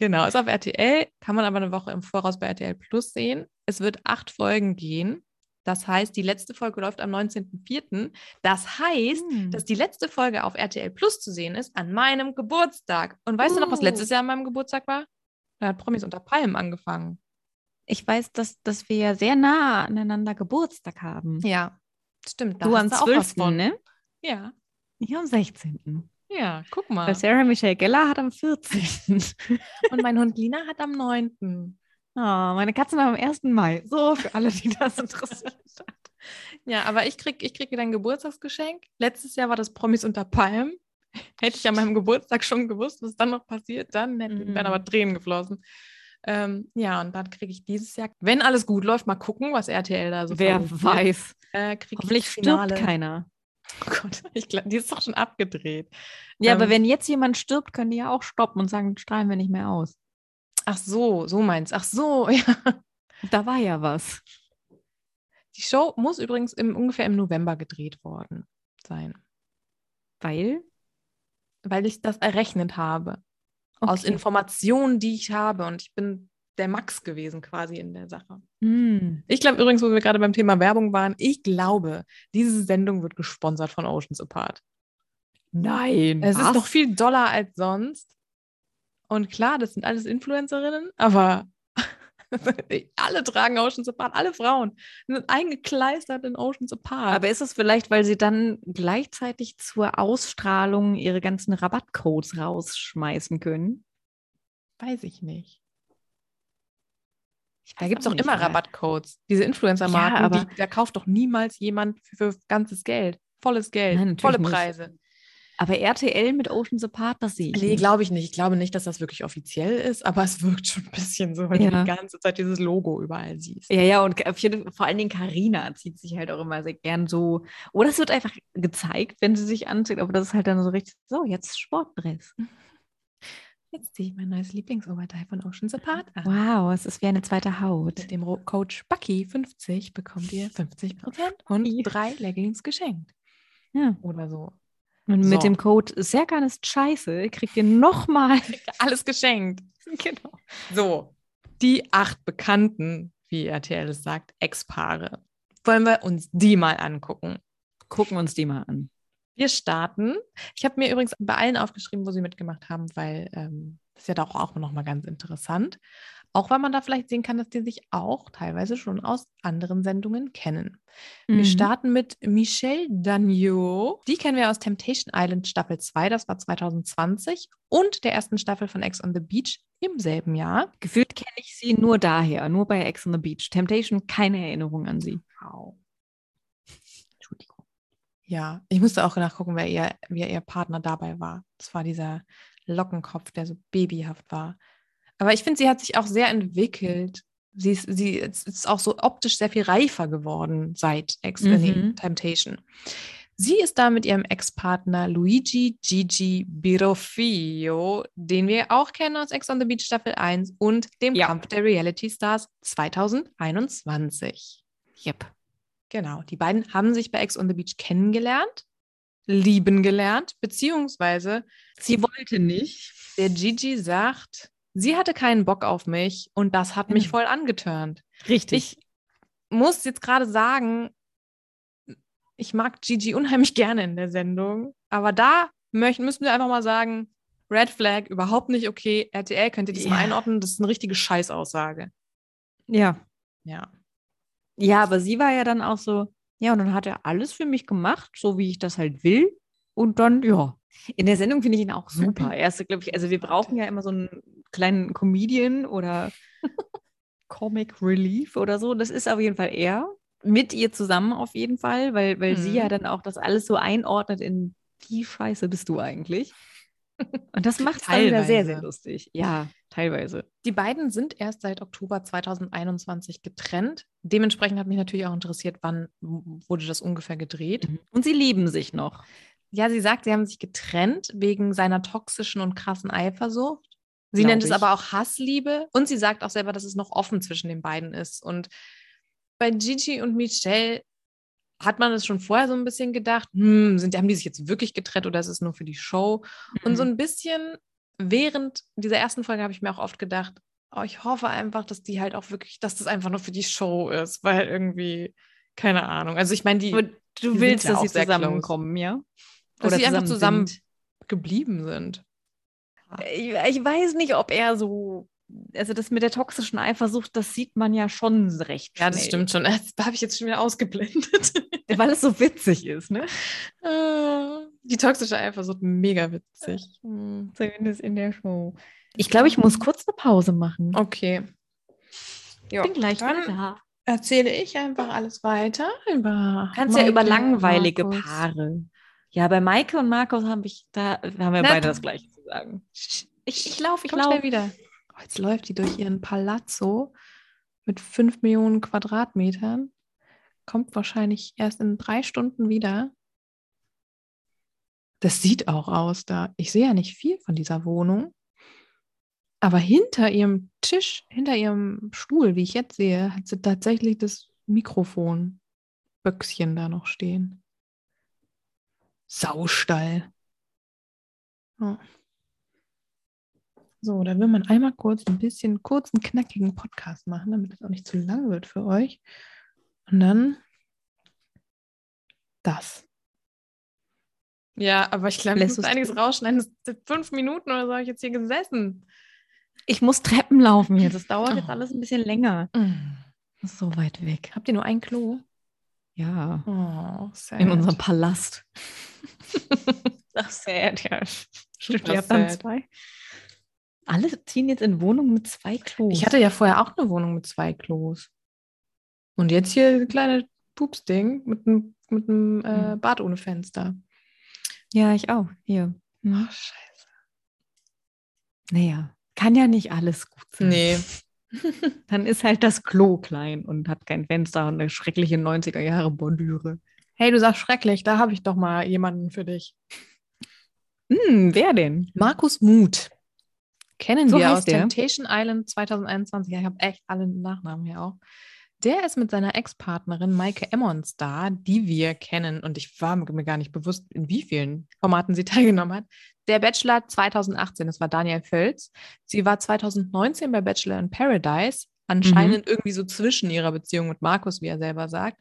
S3: Genau, ist auf RTL, kann man aber eine Woche im Voraus bei RTL Plus sehen. Es wird acht Folgen gehen. Das heißt, die letzte Folge läuft am 19.04. Das heißt,
S2: Hm.
S3: dass die letzte Folge auf RTL Plus zu sehen ist an meinem Geburtstag. Und weißt du noch, was
S2: Uh.
S3: letztes Jahr an meinem Geburtstag war? Da hat Promis unter Palmen angefangen.
S2: Ich weiß, dass, dass wir ja sehr nah aneinander Geburtstag haben.
S3: Ja, stimmt.
S2: du am ne?
S3: ne? hast du auch was
S2: 12.
S3: von.
S2: ne?
S3: Ja.
S2: Ich am 16.
S3: Ja, guck mal.
S2: Weil Sarah Michelle Geller hat am 14.
S3: Und mein Hund Lina hat am 9.
S2: Oh, meine Katzen haben am 1. Mai. So, für alle, die das interessieren.
S3: Ja, aber ich krieg, ich krieg wieder ein Geburtstagsgeschenk. Letztes Jahr war das Promis unter Palmen. Hätte ich an meinem Geburtstag schon gewusst, was dann noch passiert, dann hätten
S2: Mhm.
S3: wären aber Tränen geflossen. Ähm, ja, und dann kriege ich dieses Jahr, wenn alles gut läuft, mal gucken, was RTL da so
S2: Also Wer
S3: fabriziert.
S2: weiß.
S3: Äh, krieg ich
S2: Hoffentlich
S3: das
S2: stirbt
S3: Finale.
S2: keiner.
S3: Oh Gott, ich glaub, die ist doch schon abgedreht.
S2: Ja,
S3: Ähm,
S2: aber wenn jetzt jemand stirbt, können die ja auch stoppen und sagen, strahlen wir nicht mehr aus.
S3: Ach so, so meinst. Ach so, ja.
S2: Da war ja was.
S3: Die Show muss übrigens im, ungefähr im November gedreht worden sein,
S2: Weil?
S3: weil ich das errechnet habe. Aus
S2: Okay.
S3: Informationen, die ich habe. Und ich bin der Max gewesen quasi in der Sache.
S2: Hm.
S3: Ich glaube übrigens, wo wir gerade beim Thema Werbung waren, ich glaube, diese Sendung wird gesponsert von Oceans Apart.
S2: Nein.
S3: Es ist noch viel doller als sonst. Und klar, das sind alles Influencerinnen, aber alle tragen Oceans Apart, alle Frauen sind eingekleistert in Oceans Apart.
S2: Aber ist es vielleicht, weil sie dann gleichzeitig zur Ausstrahlung ihre ganzen Rabattcodes rausschmeißen können?
S3: weiß ich nicht.
S2: Ich
S3: Da
S2: weiß
S3: gibt es
S2: auch
S3: doch
S2: nicht,
S3: immer
S2: aber-
S3: Rabattcodes. Diese Influencer-Marken,
S2: Ja, aber-
S3: die, da kauft doch niemals jemand für, für ganzes Geld. Volles Geld,
S2: Nein, natürlich
S3: volle
S2: nicht.
S3: Preise.
S2: Aber RTL mit Ocean's Apart, das sehe ich.
S3: Nee,
S2: nicht.
S3: glaube ich nicht. Ich glaube nicht, dass das wirklich offiziell ist, aber es wirkt schon ein bisschen so, wenn
S2: Ja.
S3: du die ganze Zeit dieses Logo überall siehst.
S2: Ja, ja, und auf jeden, vor allen Dingen Karina zieht sich halt auch immer sehr gern so. Oder es wird einfach gezeigt, wenn sie sich anzieht, aber das ist halt dann so richtig, so, jetzt Sportdress.
S3: Jetzt ziehe ich mein neues Lieblingsoberteil von Oceans Apart an.
S2: Wow, es ist wie eine zweite Haut.
S3: Mit dem Ro- Code Spacki50 bekommt ihr 50% und drei Leggings geschenkt.
S2: Ja.
S3: Oder so.
S2: Und mit
S3: So.
S2: dem Code Serkan ist scheiße, kriegt ihr nochmal.
S3: Alles geschenkt.
S2: genau.
S3: So, die acht bekannten, wie RTL es sagt, Ex-Paare. Wollen wir uns die mal angucken?
S2: Gucken wir uns die mal an.
S3: Wir starten. Ich habe mir übrigens bei allen aufgeschrieben, wo sie mitgemacht haben, weil ähm, das ist ja doch auch nochmal ganz interessant. Auch weil man da vielleicht sehen kann, dass die sich auch teilweise schon aus anderen Sendungen kennen.
S2: Mhm.
S3: Wir starten mit Michelle Dagneau. Die kennen wir aus Temptation Island Staffel 2, das war 2020, und der ersten Staffel von Ex on the Beach im selben Jahr.
S2: Gefühlt kenne ich sie nur daher, nur bei Ex on the Beach. Temptation, keine Erinnerung an sie.
S3: Wow. Entschuldigung. Ja, ich musste auch nachgucken, wer ihr, wer ihr Partner dabei war. Das war dieser Lockenkopf, der so babyhaft war. Aber ich finde, sie hat sich auch sehr entwickelt. Sie ist, sie ist ist auch so optisch sehr viel reifer geworden seit Ex äh, nee,
S2: Mhm.
S3: Temptation. Sie ist da mit ihrem Ex-Partner Luigi Gigi Birofio, den wir auch kennen aus Ex on the Beach Staffel 1 und dem
S2: Ja.
S3: Kampf der Reality Stars 2021.
S2: Yep.
S3: Genau, die beiden haben sich bei Ex on the Beach kennengelernt, lieben gelernt, beziehungsweise
S2: Sie wollte nicht.
S3: der Gigi sagt, sie hatte keinen Bock auf mich und das hat mich
S2: Mhm.
S3: voll angeturnt.
S2: Richtig.
S3: Ich muss jetzt gerade sagen, ich mag Gigi unheimlich gerne in der Sendung, aber da möchten, müssen wir einfach mal sagen, Red Flag, überhaupt nicht okay. RTL, könnt ihr das mal
S2: Ja.
S3: einordnen? Das ist eine richtige Scheißaussage.
S2: ja.
S3: Ja.
S2: Ja, aber sie war ja dann auch so, ja, und dann hat er alles für mich gemacht, so wie ich das halt will. Und dann, ja. In der Sendung finde ich ihn auch super. Er ist, glaube ich, also wir brauchen ja immer so einen kleinen Comedian oder Comic Relief oder so. Das ist auf jeden Fall er. Mit ihr zusammen auf jeden Fall, weil, weil sie
S3: Mhm.
S2: ja dann auch das alles so einordnet in wie scheiße bist du eigentlich. Und das macht es dann wieder sehr, sehr
S3: Teilweise.
S2: lustig. Ja, teilweise.
S3: Die beiden sind erst seit Oktober 2021 getrennt. Dementsprechend hat mich natürlich auch interessiert, wann w- wurde das ungefähr gedreht.
S2: Und sie lieben sich noch.
S3: Ja, sie sagt, sie haben sich getrennt wegen seiner toxischen und krassen Eifersucht. Sie
S2: Glaub
S3: nennt es
S2: ich.
S3: aber auch Hassliebe und sie sagt auch selber, dass es noch offen zwischen den beiden ist. Und bei Gigi und Michelle hat man es schon vorher so ein bisschen gedacht, hm, sind, haben die sich jetzt wirklich getrennt oder ist es nur für die Show? Und
S2: Mhm.
S3: so ein bisschen während dieser ersten Folge habe ich mir auch oft gedacht, oh, ich hoffe einfach, dass die halt auch wirklich, dass das einfach nur für die Show ist, weil irgendwie, keine Ahnung. Also ich meine, die
S2: Aber du
S3: sind
S2: willst,
S3: ja
S2: dass
S3: auch
S2: sie
S3: sehr close.
S2: zusammenkommen, ja?
S3: Dass sie einfach zusammen-
S2: sind.
S3: geblieben sind.
S2: Ich, ich weiß nicht, ob er so. Also, das mit der toxischen Eifersucht, das sieht man ja schon recht.
S3: Ja, das
S2: schnell,
S3: stimmt schon. Das habe ich jetzt schon wieder ausgeblendet.
S2: Weil es so witzig ist, ne?
S3: Äh, Die toxische Eifersucht, mega witzig. Hm.
S2: Zumindest in der Show. Ich glaube, ich muss kurz eine Pause machen.
S3: Okay.
S2: Ich
S3: Ja,
S2: bin gleich wieder
S3: dann-
S2: da.
S3: erzähle ich einfach alles weiter über.
S2: Du kannst ja über langweilige
S3: Markus.
S2: Paare. Ja, bei Maike und Markus haben ich da haben wir
S3: Na,
S2: beide das Gleiche zu sagen. Ich, ich laufe, ich
S3: Komm schnell
S2: laufe.
S3: wieder. Oh, jetzt läuft die durch ihren Palazzo mit 5 Millionen Quadratmetern. Kommt wahrscheinlich erst in drei Stunden wieder. Das sieht auch aus da. Ich sehe ja nicht viel von dieser Wohnung. Aber hinter ihrem Tisch, hinter ihrem Stuhl, wie ich jetzt sehe, hat sie tatsächlich das Mikrofonböckschen da noch stehen. Saustall. So, da will man einmal kurz ein bisschen kurzen, knackigen Podcast machen, damit es auch nicht zu lang wird für euch. Und dann das. Ja, aber ich glaube,
S2: Lässt du's
S3: rausschneiden. Das sind fünf Minuten oder so habe ich jetzt hier gesessen.
S2: Ich muss Treppen laufen hier. Das dauert
S3: Oh.
S2: jetzt alles ein bisschen länger. Das ist so weit weg.
S3: Habt ihr nur ein Klo?
S2: Ja.
S3: Oh, sad.
S2: In unserem Palast. Ach, sad, ja. Stimmt,
S3: Super
S2: ihr habt dann
S3: sad.
S2: zwei. Alle ziehen jetzt in Wohnungen mit zwei Klos.
S3: Ich hatte ja vorher auch eine Wohnung mit zwei Klos. Und jetzt hier ein kleines Pupsding mit einem, mit einem äh, Bad ohne Fenster.
S2: ja, ich auch. Hier.
S3: Ach, scheiße.
S2: Naja, kann ja nicht alles gut sein.
S3: Nee.
S2: Dann ist halt das Klo klein und hat kein Fenster und eine schreckliche 90er-Jahre-Bordüre.
S3: Hey, du sagst schrecklich, da habe ich doch mal jemanden für dich.
S2: Hm, wer denn?
S3: Markus Muth. Kennen
S2: So
S3: wir
S2: heißt
S3: aus
S2: der?
S3: Temptation Island 2021. Ja, ich habe echt alle Nachnamen hier auch. Der ist mit seiner Ex-Partnerin Maike Emmons da, die wir kennen. Und ich war mir gar nicht bewusst, in wie vielen Formaten sie teilgenommen hat. Der Bachelor 2018, das war Daniel Völz. Sie war 2019 bei Bachelor in Paradise, anscheinend
S2: Mhm.
S3: irgendwie so zwischen ihrer Beziehung mit Markus, wie er selber sagt.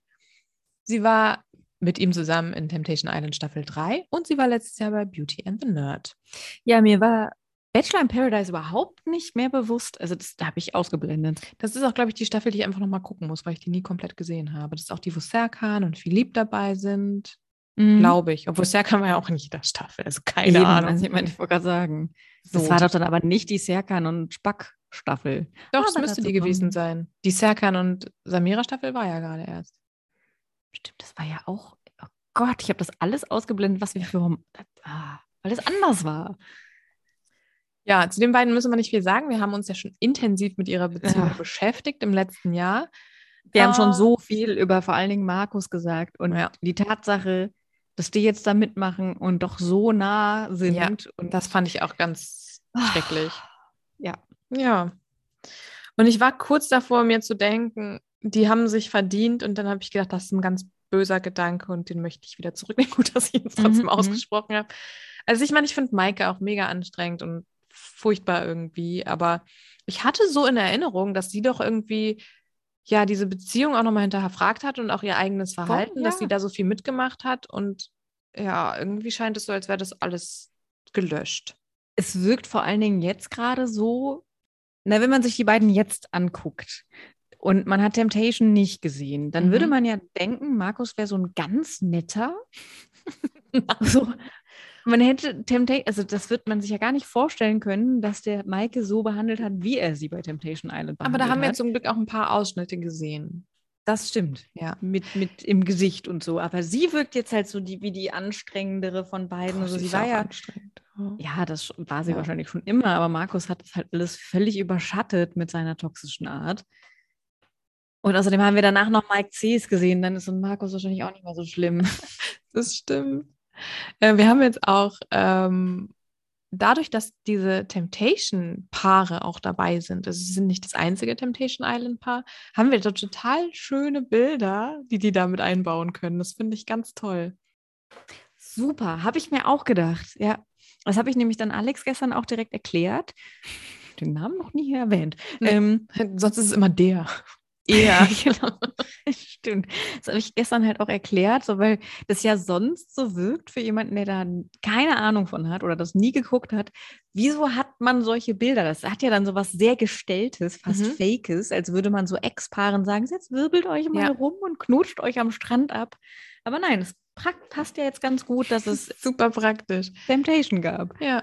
S3: Sie war mit ihm zusammen in Temptation Island Staffel 3 und sie war letztes Jahr bei Beauty and the Nerd.
S2: Ja, mir war Bachelor in Paradise überhaupt nicht mehr bewusst. Also, das habe ich ausgeblendet.
S3: Das ist auch, glaube ich, die Staffel, die ich einfach nochmal gucken muss, weil ich die nie komplett gesehen habe. Das ist auch die, wo Serkan und Philipp dabei sind, glaube ich. Obwohl Serkan war ja auch in jeder Staffel, also Mhm. keine
S2: Mhm. Eben,
S3: Ahnung.
S2: Also ich meine, ich wollte gerade sagen.
S3: So.
S2: Das war doch dann aber nicht die Serkan und Spack-Staffel.
S3: Doch, das
S2: Aber
S3: müsste
S2: dazu
S3: die
S2: kommen.
S3: gewesen sein. Die Serkan und Samira-Staffel war ja gerade erst.
S2: Stimmt, das war ja auch. Oh Gott, ich habe das alles ausgeblendet, was wir für. Ah, weil das anders war.
S3: Ja, zu den beiden müssen wir nicht viel sagen. Wir haben uns ja schon intensiv mit ihrer Beziehung
S2: Ja.
S3: beschäftigt im letzten Jahr.
S2: Wir haben
S3: Ah.
S2: schon so viel über vor allen Dingen Markus gesagt und
S3: Ja.
S2: die Tatsache, dass die jetzt da mitmachen und doch so nah sind.
S3: Ja,
S2: und ah.
S3: Das fand ich auch ganz schrecklich.
S2: Ja.
S3: Ja. Und ich war kurz davor, mir zu denken, die haben sich verdient. Und dann habe ich gedacht, das ist ein ganz böser Gedanke und den möchte ich wieder zurücknehmen. Gut, dass ich ihn trotzdem
S2: Mhm,
S3: ausgesprochen habe. Also ich meine, ich finde Maike auch mega anstrengend und furchtbar irgendwie. Aber ich hatte so in Erinnerung, dass sie doch irgendwie ja diese Beziehung auch nochmal hinterfragt hat und auch ihr eigenes Verhalten, dass
S2: ja.
S3: sie da so viel mitgemacht hat. Und ja, irgendwie scheint es so, als wäre das alles gelöscht.
S2: es wirkt vor allen Dingen jetzt gerade so, na, wenn man sich die beiden jetzt anguckt und man hat Temptation nicht gesehen, dann
S3: Mhm.
S2: würde man ja denken, Markus wäre so ein ganz netter. so, man hätte Temptation, also das wird man sich ja gar nicht vorstellen können, dass der Maike so behandelt hat, wie er sie bei Temptation Island
S3: Aber
S2: behandelt
S3: da haben wir
S2: hat.
S3: zum Glück auch ein paar Ausschnitte gesehen.
S2: das stimmt.
S3: Ja.
S2: Mit, mit im Gesicht und so. Aber sie wirkt jetzt halt so die, wie die anstrengendere von beiden. also sie war ja
S3: anstrengend. Ja.
S2: Ja, das sch- war sie
S3: Ja.
S2: wahrscheinlich schon immer, aber Markus hat das halt alles völlig überschattet mit seiner toxischen Art. Und außerdem haben wir danach noch Mike Cs gesehen, dann ist so ein Markus wahrscheinlich auch nicht mehr so schlimm.
S3: Das stimmt. Äh, wir haben jetzt auch ähm, dadurch, dass diese Temptation-Paare auch dabei sind, also sie sind nicht das einzige Temptation Island-Paar, haben wir da total schöne Bilder, die die damit einbauen können. Das finde ich ganz toll.
S2: Super, habe ich mir auch gedacht. Ja, das habe ich nämlich dann Alex gestern auch direkt erklärt. Den Namen noch nie hier erwähnt.
S3: Nee.
S2: Ähm,
S3: Sonst ist es immer der.
S2: ja, genau. Stimmt. Das habe ich gestern halt auch erklärt, so, weil das ja sonst so wirkt für jemanden, der da keine Ahnung von hat oder das nie geguckt hat. Wieso hat man solche Bilder? Das hat ja dann so was sehr Gestelltes, fast
S3: Mhm.
S2: Fakes, als würde man so Ex-Paaren sagen, jetzt wirbelt euch mal
S3: Ja.
S2: rum und knutscht euch am Strand ab. Aber nein, es prakt- passt ja jetzt ganz gut, dass es
S3: Super praktisch.
S2: Temptation gab.
S3: Ja.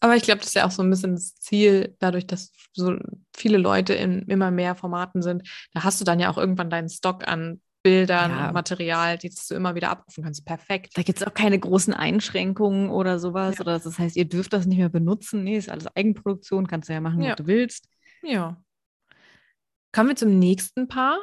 S3: Aber ich glaube, das ist ja auch so ein bisschen das Ziel, dadurch, dass so viele Leute in immer mehr Formaten sind. Da hast du dann ja auch irgendwann deinen Stock an Bildern
S2: Ja.
S3: und Material, die du immer wieder abrufen kannst. Perfekt.
S2: Da gibt es auch keine großen Einschränkungen oder sowas.
S3: Ja.
S2: Oder das heißt, ihr dürft das nicht mehr benutzen. Nee, ist alles Eigenproduktion, kannst du ja machen,
S3: Ja.
S2: was du willst.
S3: Ja. Kommen wir zum nächsten Paar.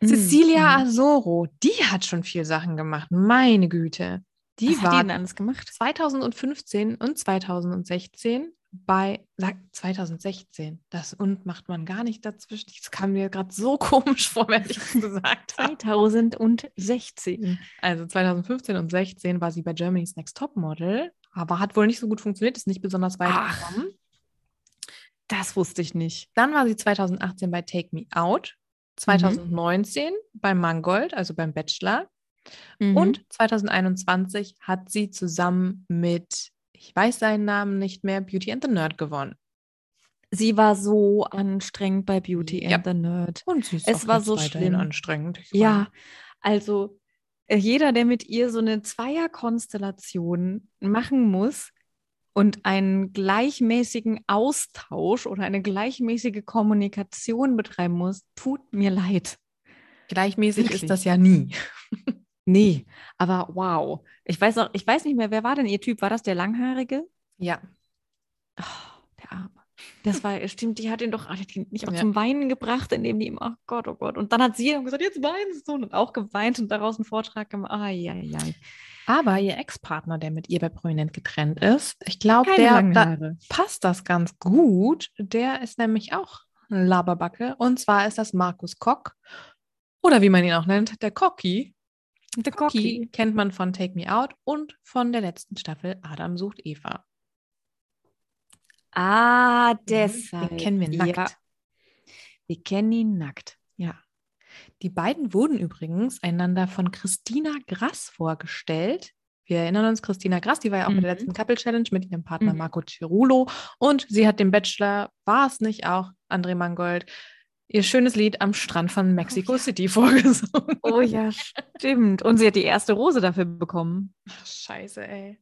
S3: Mhm.
S2: Mm,
S3: Cecilia
S2: mm.
S3: Asoro, die hat schon viel Sachen gemacht. Meine Güte. Die
S2: Was hat die
S3: war
S2: denn alles gemacht?
S3: 2015 und 2016 bei, sag 2016, das und macht man gar nicht dazwischen. Das kam mir gerade so komisch vor, wenn ich das gesagt habe.
S2: 2016.
S3: Also 2015 und 16 war sie bei Germany's Next Topmodel, aber hat wohl nicht so gut funktioniert, ist nicht besonders weit
S2: Ach.
S3: gekommen.
S2: Das wusste ich nicht.
S3: Dann war sie 2018 bei Take Me Out, 2019 bei Mangold, also beim Bachelor.
S2: Und
S3: Und 2021 hat sie zusammen mit, ich weiß seinen Namen nicht mehr, Beauty and the Nerd gewonnen.
S2: sie war so anstrengend bei Beauty
S3: Ja.
S2: and the Nerd.
S3: Und sie ist
S2: Es
S3: auch
S2: war
S3: jetzt
S2: so
S3: weiterhin
S2: schlimm.
S3: anstrengend. Ich
S2: Ja, also äh, jeder, der mit ihr so eine Zweierkonstellation machen muss und einen gleichmäßigen Austausch oder eine gleichmäßige Kommunikation betreiben muss, tut mir leid.
S3: meine, Gleichmäßig
S2: Wirklich.
S3: ist das ja nie.
S2: Nee, aber wow. Ich weiß auch, ich weiß nicht mehr, wer war denn ihr Typ? War das der Langhaarige?
S3: Ja.
S2: Oh, der Arme. Das war, stimmt, die hat ihn doch, ah, die hat ihn nicht auch
S3: Ja.
S2: zum Weinen gebracht, indem die ihm, ach Gott, oh Gott. Und dann hat sie ihm gesagt, jetzt weinst du. Und auch geweint und daraus einen Vortrag gemacht. Ai, ai, ai.
S3: Aber ihr Ex-Partner, der mit ihr bei Prominent getrennt ist, ich glaube,
S2: Keine
S3: der
S2: langen
S3: da
S2: Haare.
S3: passt das ganz gut. Der ist nämlich auch ein Laberbacke. Und zwar ist das Markus Koch. Oder wie man ihn auch nennt, der Cocky.
S2: Der
S3: Cocky kennt man von Take Me Out und von der letzten Staffel Adam sucht Eva.
S2: Ah, deshalb.
S3: Mhm. Den kennen wir nackt.
S2: Ja, wir kennen ihn nackt.
S3: Ja. Die beiden wurden übrigens einander von Christina Grass vorgestellt. Wir erinnern uns, Christina Grass, die war ja auch bei der
S2: Mhm.
S3: letzten Couple Challenge mit ihrem Partner
S2: Mhm.
S3: Marco Cirulo und sie hat den Bachelor, war es nicht auch, André Mangold, ihr schönes Lied am Strand von Mexico City vorgesungen.
S2: Oh ja, stimmt. Und sie hat die erste Rose dafür bekommen.
S3: Ach, scheiße, ey.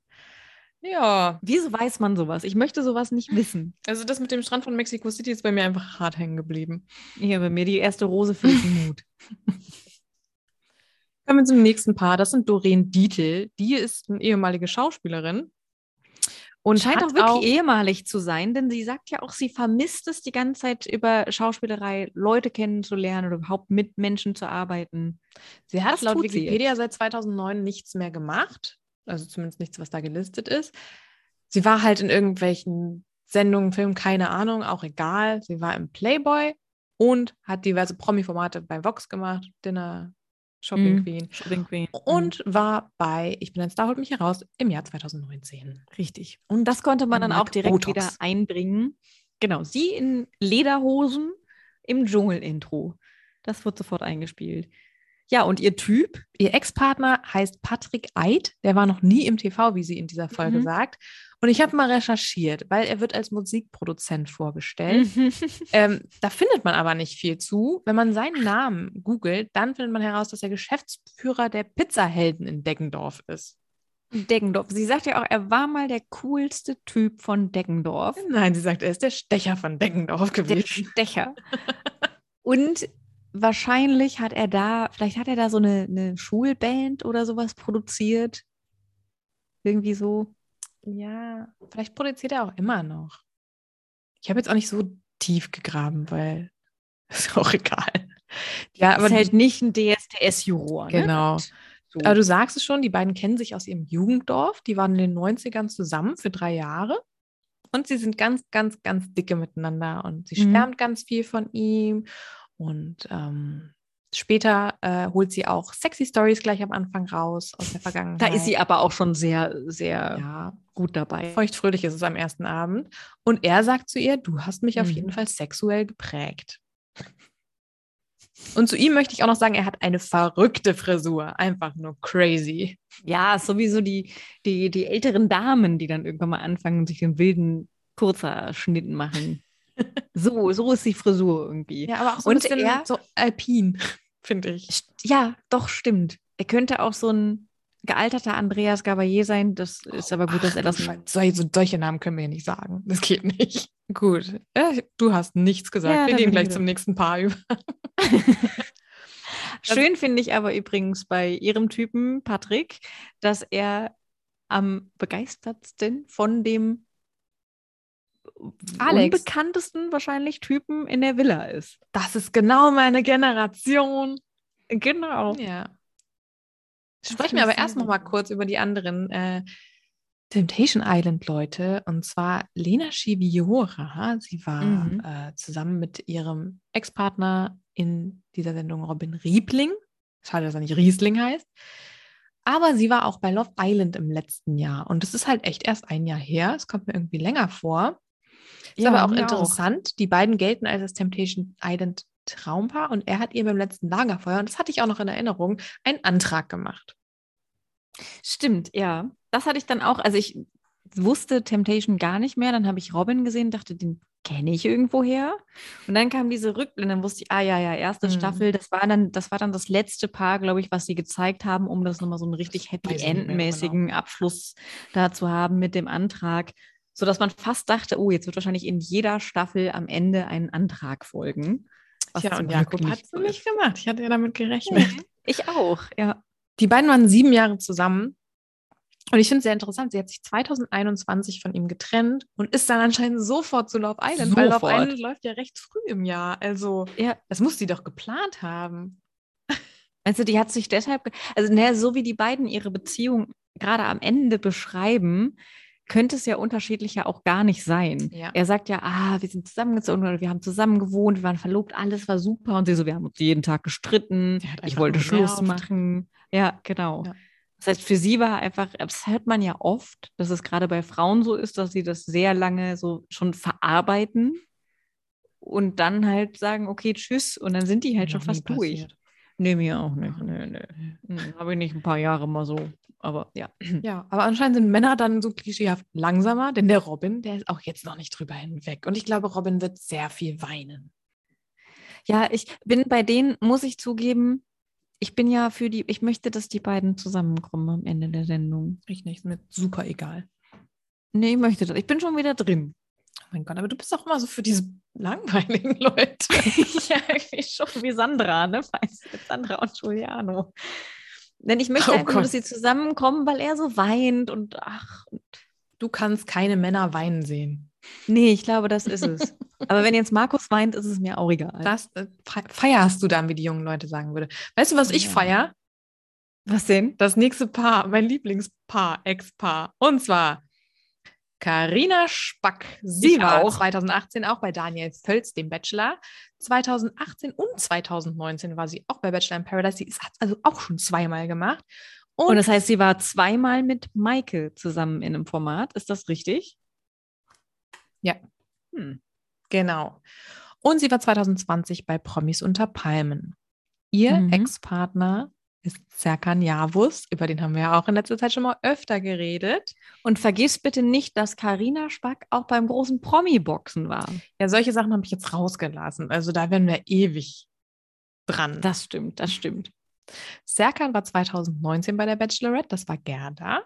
S3: Ja,
S2: Wieso weiß man sowas? Ich möchte sowas nicht wissen.
S3: also das mit dem Strand von Mexico City ist bei mir einfach hart hängen geblieben.
S2: Hier bei mir die erste Rose für den Mut.
S3: Kommen wir zum nächsten Paar. Das sind Doreen Dietl. Die ist eine ehemalige Schauspielerin. Und
S2: Und scheint
S3: hat
S2: auch wirklich ehemalig zu sein, denn sie sagt ja auch, sie vermisst es die ganze Zeit über Schauspielerei, Leute kennenzulernen oder überhaupt mit Menschen zu arbeiten.
S3: Sie hat
S2: Das
S3: laut
S2: tut sie
S3: Wikipedia seit 2009 nichts mehr gemacht, also zumindest nichts, was da gelistet ist. Sie war halt in irgendwelchen Sendungen, Filmen, keine Ahnung, auch egal. Sie war im Playboy und hat diverse Promi-Formate bei Vox gemacht, Dinner, Shopping
S2: Mhm.
S3: Queen
S2: Shopping Queen. Und
S3: und war bei Ich bin ein Star, holt mich heraus im Jahr 2019.
S2: richtig. Und das konnte man dann
S3: Mag
S2: auch direkt
S3: Botox.
S2: wieder einbringen. Genau, sie in Lederhosen im Dschungel-Intro. Das wird sofort eingespielt. Ja, und ihr Typ?
S3: Ihr Ex-Partner heißt Patrick Eid. Der war noch nie im TV, wie sie in dieser Folge
S2: Mhm.
S3: sagt. Und ich habe mal recherchiert, weil er wird als Musikproduzent
S2: Mhm.
S3: vorgestellt. Ähm, da findet man aber nicht viel zu. Wenn man seinen Namen googelt, dann findet man heraus, dass er Geschäftsführer der Pizzahelden in Deggendorf ist.
S2: Deggendorf. Sie sagt ja auch, er war mal der coolste Typ von Deggendorf.
S3: Nein, sie sagt, er ist der Stecher von Deggendorf
S2: der
S3: gewesen.
S2: Stecher. Und wahrscheinlich hat er da, vielleicht hat er da so eine, eine Schulband oder sowas produziert. Irgendwie so.
S3: Ja, vielleicht produziert er auch immer noch. Ich habe jetzt auch nicht so tief gegraben, weil ist auch egal. Ja, aber
S2: ist halt nicht ein DSDS-Juror. Ne?
S3: Genau.
S2: So.
S3: Aber du sagst es schon, die beiden kennen sich aus ihrem Jugenddorf. Die waren in den 90ern zusammen für drei Jahre. Und sie sind ganz, ganz, ganz dicke miteinander. Und sie
S2: Mhm.
S3: schwärmt ganz viel von ihm. Und ähm, später äh, holt sie auch Sexy Stories gleich am Anfang raus aus der Vergangenheit.
S2: Da ist sie aber auch schon sehr, sehr
S3: ja,
S2: gut dabei.
S3: feuchtfröhlich ist es am ersten Abend. Und er sagt zu ihr, du hast mich auf
S2: Mhm.
S3: jeden Fall sexuell geprägt. Und zu ihm möchte ich auch noch sagen, er hat eine verrückte Frisur. Einfach nur crazy.
S2: Ja, ist sowieso die, die, die älteren Damen, die dann irgendwann mal anfangen und sich den wilden kurzer Schnitt machen. so, so ist die Frisur irgendwie.
S3: Ja, aber auch
S2: so ein bisschen
S3: so alpin, finde ich.
S2: St- Ja, doch, stimmt. Er könnte auch so ein gealterter Andreas Gabayé sein. Das ist aber gut, dass er das
S3: Scheiße, solche, solche Namen können wir hier nicht sagen. Das geht nicht. Gut. Äh, du hast nichts gesagt.
S2: Ja,
S3: wir
S2: da
S3: gehen
S2: bin
S3: gleich
S2: ich
S3: zum nächsten Paar über.
S2: Schön finde ich aber übrigens bei ihrem Typen Patrick, dass er am begeistertsten von dem
S3: Alex.
S2: unbekanntesten wahrscheinlich Typen in der Villa ist.
S3: Das ist genau meine Generation.
S2: Genau.
S3: Ja. Sprechen
S2: finde
S3: wir aber
S2: ich
S3: erst
S2: sehr
S3: noch mal
S2: gut.
S3: kurz über die anderen äh, Temptation Island Leute und zwar Lena Schiviora. Sie war
S2: Mhm.
S3: äh, zusammen mit ihrem Ex-Partner in dieser Sendung Robin Riebling. Schade, dass er nicht Riesling heißt. Aber sie war auch bei Love Island im letzten Jahr und es ist halt echt erst ein Jahr her. Es kommt mir irgendwie länger vor. Ist
S2: Ja, genau.
S3: aber auch
S2: mir auch.
S3: interessant. Die beiden gelten als das Temptation Island Traumpaar und er hat ihr beim letzten Lagerfeuer, und das hatte ich auch noch in Erinnerung, einen Antrag gemacht.
S2: Stimmt, ja. Das hatte ich dann auch. Also ich wusste Temptation gar nicht mehr. Dann habe ich Robin gesehen, dachte, den kenne ich irgendwoher. Und dann kam diese Rückblende, dann wusste ich, ah ja, ja, erste
S3: Mhm.
S2: Staffel, das war dann, das war dann das letzte Paar, glaube ich, was sie gezeigt haben, um das nochmal so einen richtig Happy
S3: weiß ich nicht mehr genau.
S2: End-mäßigen Abschluss da zu haben mit dem Antrag. Sodass man fast dachte, oh, jetzt wird wahrscheinlich in jeder Staffel am Ende ein Antrag folgen. was zum Glück nicht so ist.
S3: gemacht. Ich hatte ja damit gerechnet.
S2: Ich auch, ja.
S3: Die beiden waren sieben Jahre zusammen. Und ich finde es sehr interessant, sie hat sich 2021 von ihm getrennt und ist dann anscheinend sofort zu Love Island, weil Love
S2: Sofort.
S3: Island läuft ja recht früh im Jahr. Also,
S2: Ja,
S3: das muss sie doch geplant haben.
S2: Also die hat sich deshalb, ge- also naja, so wie die beiden ihre Beziehung gerade am Ende beschreiben, könnte es ja unterschiedlicher auch gar nicht sein.
S3: Ja.
S2: Er sagt ja, ah, wir sind zusammengezogen oder wir haben zusammen gewohnt, wir waren verlobt, alles war super und sie so, wir haben uns jeden Tag gestritten,
S3: Der hat
S2: ich
S3: einfach
S2: wollte
S3: nur
S2: Schluss
S3: genervt.
S2: machen. Ja, genau.
S3: Ja.
S2: Das heißt, für sie war einfach, das hört man ja oft, dass es gerade bei Frauen so ist, dass sie das sehr lange so schon verarbeiten und dann halt sagen, okay, tschüss, und dann sind die halt schon
S3: Noch nie
S2: fast durch.
S3: passiert.
S2: Nee, mir auch nicht.
S3: Ja.
S2: Nee, nee. Habe ich nicht ein paar Jahre mal so. Aber ja.
S3: Ja, aber anscheinend sind Männer dann so klischeehaft langsamer, denn der Robin, der ist auch jetzt noch nicht drüber hinweg. Und ich glaube, Robin wird sehr viel weinen.
S2: Ja, ich bin bei denen, muss ich zugeben, ich bin ja für die, ich möchte, dass die beiden zusammenkommen am Ende der Sendung.
S3: Ich nicht, mir super egal.
S2: Nee, ich möchte das. Ich bin schon wieder drin.
S3: Oh mein Gott, aber du bist auch immer so für diese langweiligen Leute.
S2: ja, irgendwie schon wie Sandra, ne? Weißt du, Sandra und Giuliano. Denn ich möchte
S3: Oh
S2: einfach nur,
S3: Gott.
S2: dass sie zusammenkommen, weil er so weint und ach,
S3: Du kannst keine Männer weinen sehen.
S2: nee, ich glaube, das ist es. Aber wenn jetzt Markus weint, ist es mir auch egal.
S3: Das äh, fe- feierst du dann, wie die jungen Leute sagen würde. Weißt du, was ich
S2: Ja.
S3: feier?
S2: was denn?
S3: Das nächste Paar, mein Lieblingspaar, Ex-Paar. Und zwar Karina Spack. Sie
S2: Ich
S3: war
S2: auch.
S3: 2018 auch bei Daniel Völz, dem Bachelor. 2018 und 2019 war sie auch bei Bachelor in Paradise. Sie hat also auch schon zweimal gemacht.
S2: Und das heißt, sie war zweimal mit Maike zusammen in einem Format. Ist das richtig?
S3: Ja.
S2: Hm.
S3: Genau. Und sie war 2020 bei Promis unter Palmen. Ihr
S2: Mhm.
S3: Ex-Partner ist Serkan Yavuz, über den haben wir ja auch in letzter Zeit schon mal öfter geredet.
S2: Und vergiss bitte nicht, dass Karina Spack auch beim großen Promi-Boxen war.
S3: Ja, solche Sachen habe ich jetzt rausgelassen. Also da wären wir ewig dran.
S2: Das stimmt, das stimmt.
S3: Serkan war 2019 bei der Bachelorette, das war Gerda.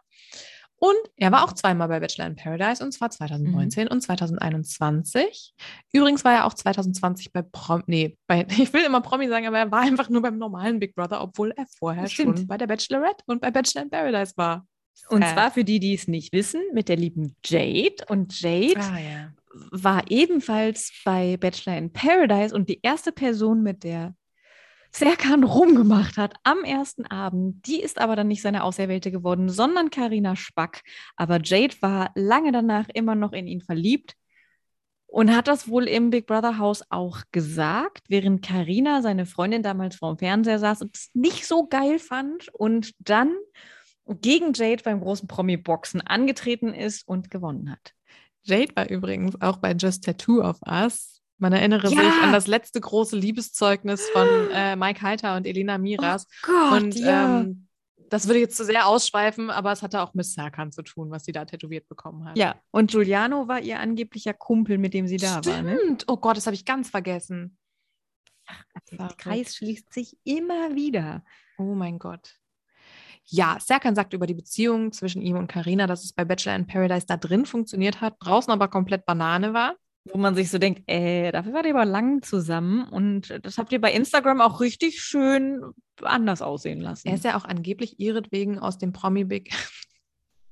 S3: Und er war auch zweimal bei Bachelor in Paradise, und zwar
S2: Mhm.
S3: 2019 und 2021. Übrigens war er auch 2020 bei Prom, nee, bei, ich will immer Promi sagen, aber er war einfach nur beim normalen Big Brother, obwohl er vorher
S2: Das stimmt.
S3: schon bei der Bachelorette und bei Bachelor in Paradise war.
S2: Und
S3: Äh.
S2: zwar für die, die es nicht wissen, mit der lieben Jade. Und Jade
S3: Ah, ja.
S2: war ebenfalls bei Bachelor in Paradise und die erste Person, mit der Serkan rumgemacht hat am ersten Abend, die ist aber dann nicht seine Auserwählte geworden, sondern Karina Spack. Aber Jade war lange danach immer noch in ihn verliebt und hat das wohl im Big Brother Haus auch gesagt, während Karina seine Freundin damals vor dem Fernseher saß und es nicht so geil fand und dann gegen Jade beim großen Promi Boxen angetreten ist und gewonnen hat.
S3: Jade war übrigens auch bei Just Tattoo of Us. Man erinnere
S2: Ja!
S3: sich an das letzte große Liebeszeugnis von äh, Mike Heiter und Elena Miras.
S2: Gott,
S3: Und ähm, das würde jetzt zu sehr ausschweifen, aber es hatte auch mit Serkan zu tun, was sie da tätowiert bekommen hat.
S2: Ja, und Giuliano war ihr angeblicher Kumpel, mit dem sie da war. Ne?
S3: Stimmt. Oh Gott, das habe ich ganz vergessen.
S2: Der
S3: Verrückt.
S2: Kreis schließt sich immer wieder.
S3: Oh mein Gott. Ja, Serkan sagt über die Beziehung zwischen ihm und Carina, dass es bei Bachelor in Paradise da drin funktioniert hat, draußen aber komplett Banane war.
S2: Wo man sich so denkt, äh, dafür wart ihr aber lang zusammen und das habt ihr bei Instagram auch richtig schön anders aussehen lassen.
S3: Er ist ja auch angeblich ihretwegen aus dem Promi Big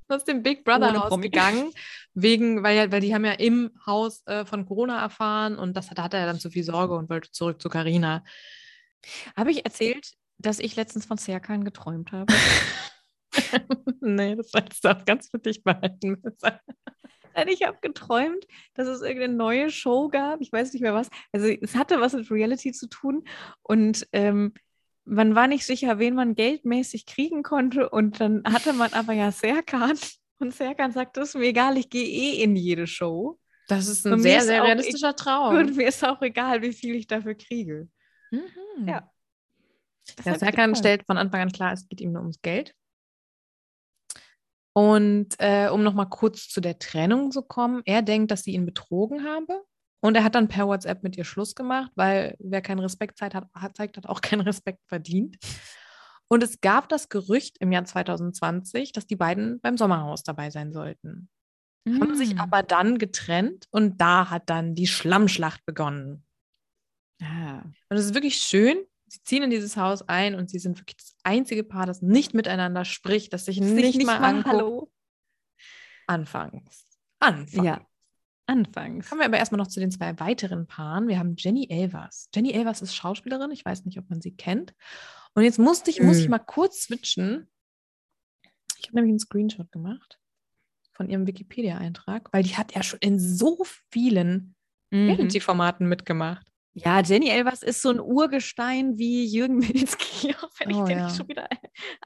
S3: aus dem Big Brother
S2: Ohne
S3: Haus
S2: Promi.
S3: gegangen, wegen weil ja, weil die haben ja im Haus äh, von Corona erfahren und das hat, da hatte er dann zu viel Sorge und wollte zurück zu Carina.
S2: Habe ich erzählt, dass ich letztens von Serkan geträumt habe?
S3: nee, das solltest du auch ganz für dich behalten.
S2: Nein, ich habe geträumt, dass es irgendeine neue Show gab. Ich weiß nicht mehr was. Also es hatte was mit Reality zu tun und ähm, man war nicht sicher, wen man geldmäßig kriegen konnte. Und dann hatte man aber ja Serkan. Und Serkan sagt, es ist mir egal, ich gehe eh in jede Show.
S3: Das ist
S2: Bei
S3: ein
S2: mir
S3: sehr,
S2: ist
S3: sehr
S2: auch-
S3: realistischer
S2: Und
S3: Traum.
S2: mir ist auch egal, wie viel ich dafür kriege.
S3: Mhm.
S2: Ja. Das
S3: Ja,
S2: hab ich
S3: Serkan
S2: geträumt.
S3: stellt von Anfang an klar, es geht ihm nur ums Geld. Und äh, um nochmal kurz zu der Trennung zu kommen, er denkt, dass sie ihn betrogen habe. Und er hat dann per WhatsApp mit ihr Schluss gemacht, weil wer keinen Respekt zeigt, hat, hat- zeigt, hat auch keinen Respekt verdient. Und es gab das Gerücht im Jahr 2020, dass die beiden beim Sommerhaus dabei sein sollten. Haben sich
S1: Hm.
S2: Mm.
S3: aber dann getrennt und da hat dann die Schlammschlacht begonnen.
S2: Ah.
S3: Und es ist wirklich schön. Sie ziehen in dieses Haus ein und sie sind wirklich das einzige Paar, das nicht miteinander spricht, das sich nicht, mal anguckt.
S2: Hallo.
S3: Anfangs. Anfangs.
S2: Ja. Anfangs.
S3: Kommen wir aber erstmal noch zu den zwei weiteren Paaren. Wir haben Jenny Elvers. Jenny Elvers ist Schauspielerin. Ich weiß nicht, ob man sie kennt. Und jetzt musste ich, muss ich
S2: Mhm.
S3: mal kurz switchen. Ich habe nämlich einen Screenshot gemacht von ihrem Wikipedia-Eintrag, weil die hat ja schon in so vielen
S2: Mhm.
S3: Reality-Formaten mitgemacht.
S2: Ja, Jenny Elvers ist so ein Urgestein wie Jürgen Milski, auch wenn
S3: Oh,
S2: ich den
S3: ja.
S2: nicht schon wieder.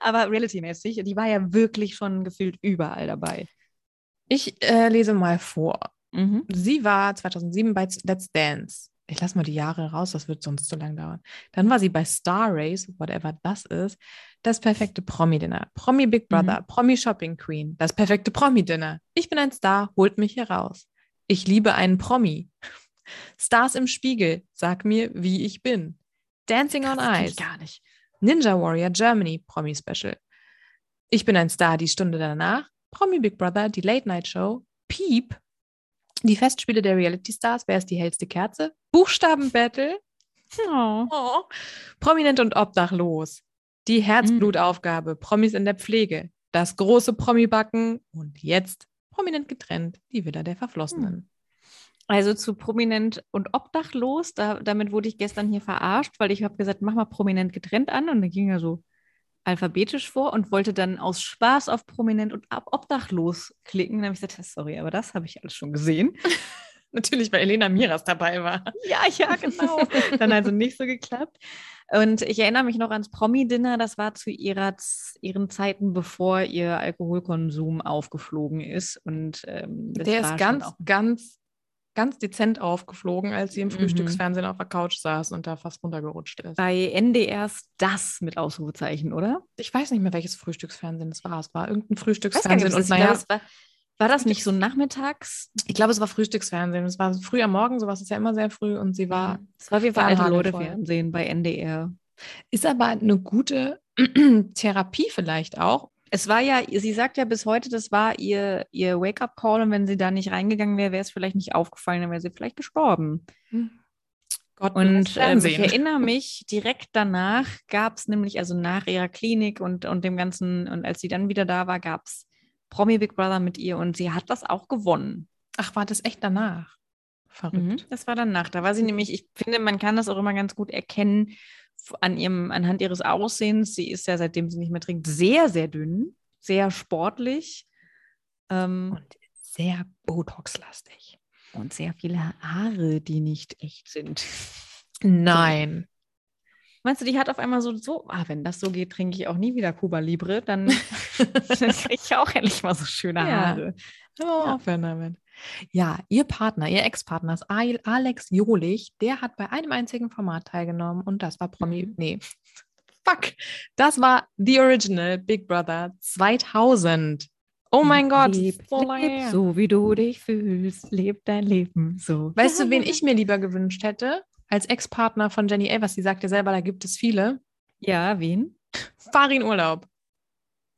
S2: Aber reality-mäßig, die war ja wirklich schon gefühlt überall dabei.
S3: Ich äh, lese mal vor.
S2: Mhm.
S3: Sie war 2007 bei Let's Dance. Ich lasse mal die Jahre raus, das wird sonst zu lang dauern. Dann war sie bei Star Race, whatever das ist. Das perfekte Promi-Dinner. Promi Big Brother, Promi Shopping Queen. Das perfekte Promi-Dinner. Ich bin ein Star, holt mich hier raus. Ich liebe einen Promi. Stars im Spiegel, sag mir, wie ich bin. Dancing on
S2: Das kenn
S3: Ice.
S2: ich gar nicht.
S3: Ninja Warrior Germany Promi Special. Ich bin ein Star, die Stunde danach. Promi Big Brother, die Late Night Show. Piep. Die Festspiele der Reality Stars. Wer ist die hellste Kerze? Buchstaben Battle.
S2: Oh.
S3: Oh. Prominent und obdachlos. Die Herzblutaufgabe. Promis in der Pflege. Das große Promi-Backen. Und jetzt prominent getrennt. Die Villa der Verflossenen.
S2: Also zu prominent und obdachlos, da, damit wurde ich gestern hier verarscht, weil ich habe gesagt, mach mal prominent getrennt an. Und dann ging er so alphabetisch vor und wollte dann aus Spaß auf prominent und ab obdachlos klicken. Dann habe ich gesagt, sorry, aber das habe ich alles schon gesehen.
S3: Natürlich, weil Elena Miras dabei war.
S2: Ja, ja, genau. Dann also nicht so geklappt. Und ich erinnere mich noch ans Promi-Dinner. Das war zu ihrer, Z- ihren Zeiten, bevor ihr Alkoholkonsum aufgeflogen ist. Und ähm, das
S3: Der
S2: war schon
S3: ist ganz,
S2: auch-
S3: ganz, ganz dezent aufgeflogen, als sie im
S2: Mhm.
S3: Frühstücksfernsehen auf der Couch saß und da fast runtergerutscht ist.
S2: bei NDRs das mit Ausrufezeichen, oder?
S3: Ich weiß nicht mehr, welches Frühstücksfernsehen es war. Es war irgendein
S2: Ich weiß gar nicht,
S3: Frühstücksfernsehen.
S2: ob
S3: Und
S2: das- ich glaube,
S3: naja,
S2: es war, war das nicht so nachmittags?
S3: ich glaube, es war Frühstücksfernsehen. Es war früh am Morgen, sowas ist ja immer sehr früh. Und sie war,
S2: Es war auf jeden Fall
S3: Waren
S2: alte
S3: alle
S2: Leute
S3: voll.
S2: Fernsehen bei NDR.
S3: ist aber eine gute Therapie vielleicht auch.
S2: Es war ja, sie sagt ja bis heute, das war ihr, ihr Wake-up-Call und wenn sie da nicht reingegangen wäre, wäre es vielleicht nicht aufgefallen, dann wäre sie vielleicht gestorben. Hm.
S3: Gott bless
S2: Und ähm, ich
S3: Fernsehen.
S2: erinnere mich, direkt danach gab es nämlich, also nach ihrer Klinik und, und dem Ganzen, und als sie dann wieder da war, gab es Promi Big Brother mit ihr und sie hat das auch gewonnen.
S3: Ach, war das echt danach? Verrückt.
S2: Mhm. Das war danach. Da war sie nämlich, ich finde, man kann das auch immer ganz gut erkennen f- an ihrem, anhand ihres Aussehens. Sie ist ja, seitdem sie nicht mehr trinkt, sehr, sehr dünn, sehr sportlich ähm,
S3: Und sehr Botox-lastig.
S2: und sehr viele Haare, die nicht echt sind.
S3: Nein.
S2: Meinst du, die hat auf einmal so, so ah, wenn das so geht, trinke ich auch nie wieder Cuba Libre, dann, dann kriege ich auch endlich mal so schöne
S3: Ja.
S2: Haare.
S3: Ja. Aufhören damit. Oh, Ja, ihr Partner, ihr Ex-Partner ist Al- Alex Jolich. Der hat bei einem einzigen Format teilgenommen und das war Promi.
S2: Mhm.
S3: Nee. Fuck. Das war The Original Big Brother 2000. Oh mein Gott. das
S2: leb,
S3: ist so lange
S2: leb
S3: her.
S2: Hm, so wie du dich fühlst, leb dein Leben so.
S3: Weißt du, wen ich mir lieber gewünscht hätte? Als Ex-Partner von Jenny Elvers, die sagt ja selber, da gibt es viele.
S2: Ja, wen?
S3: Farin Urlaub.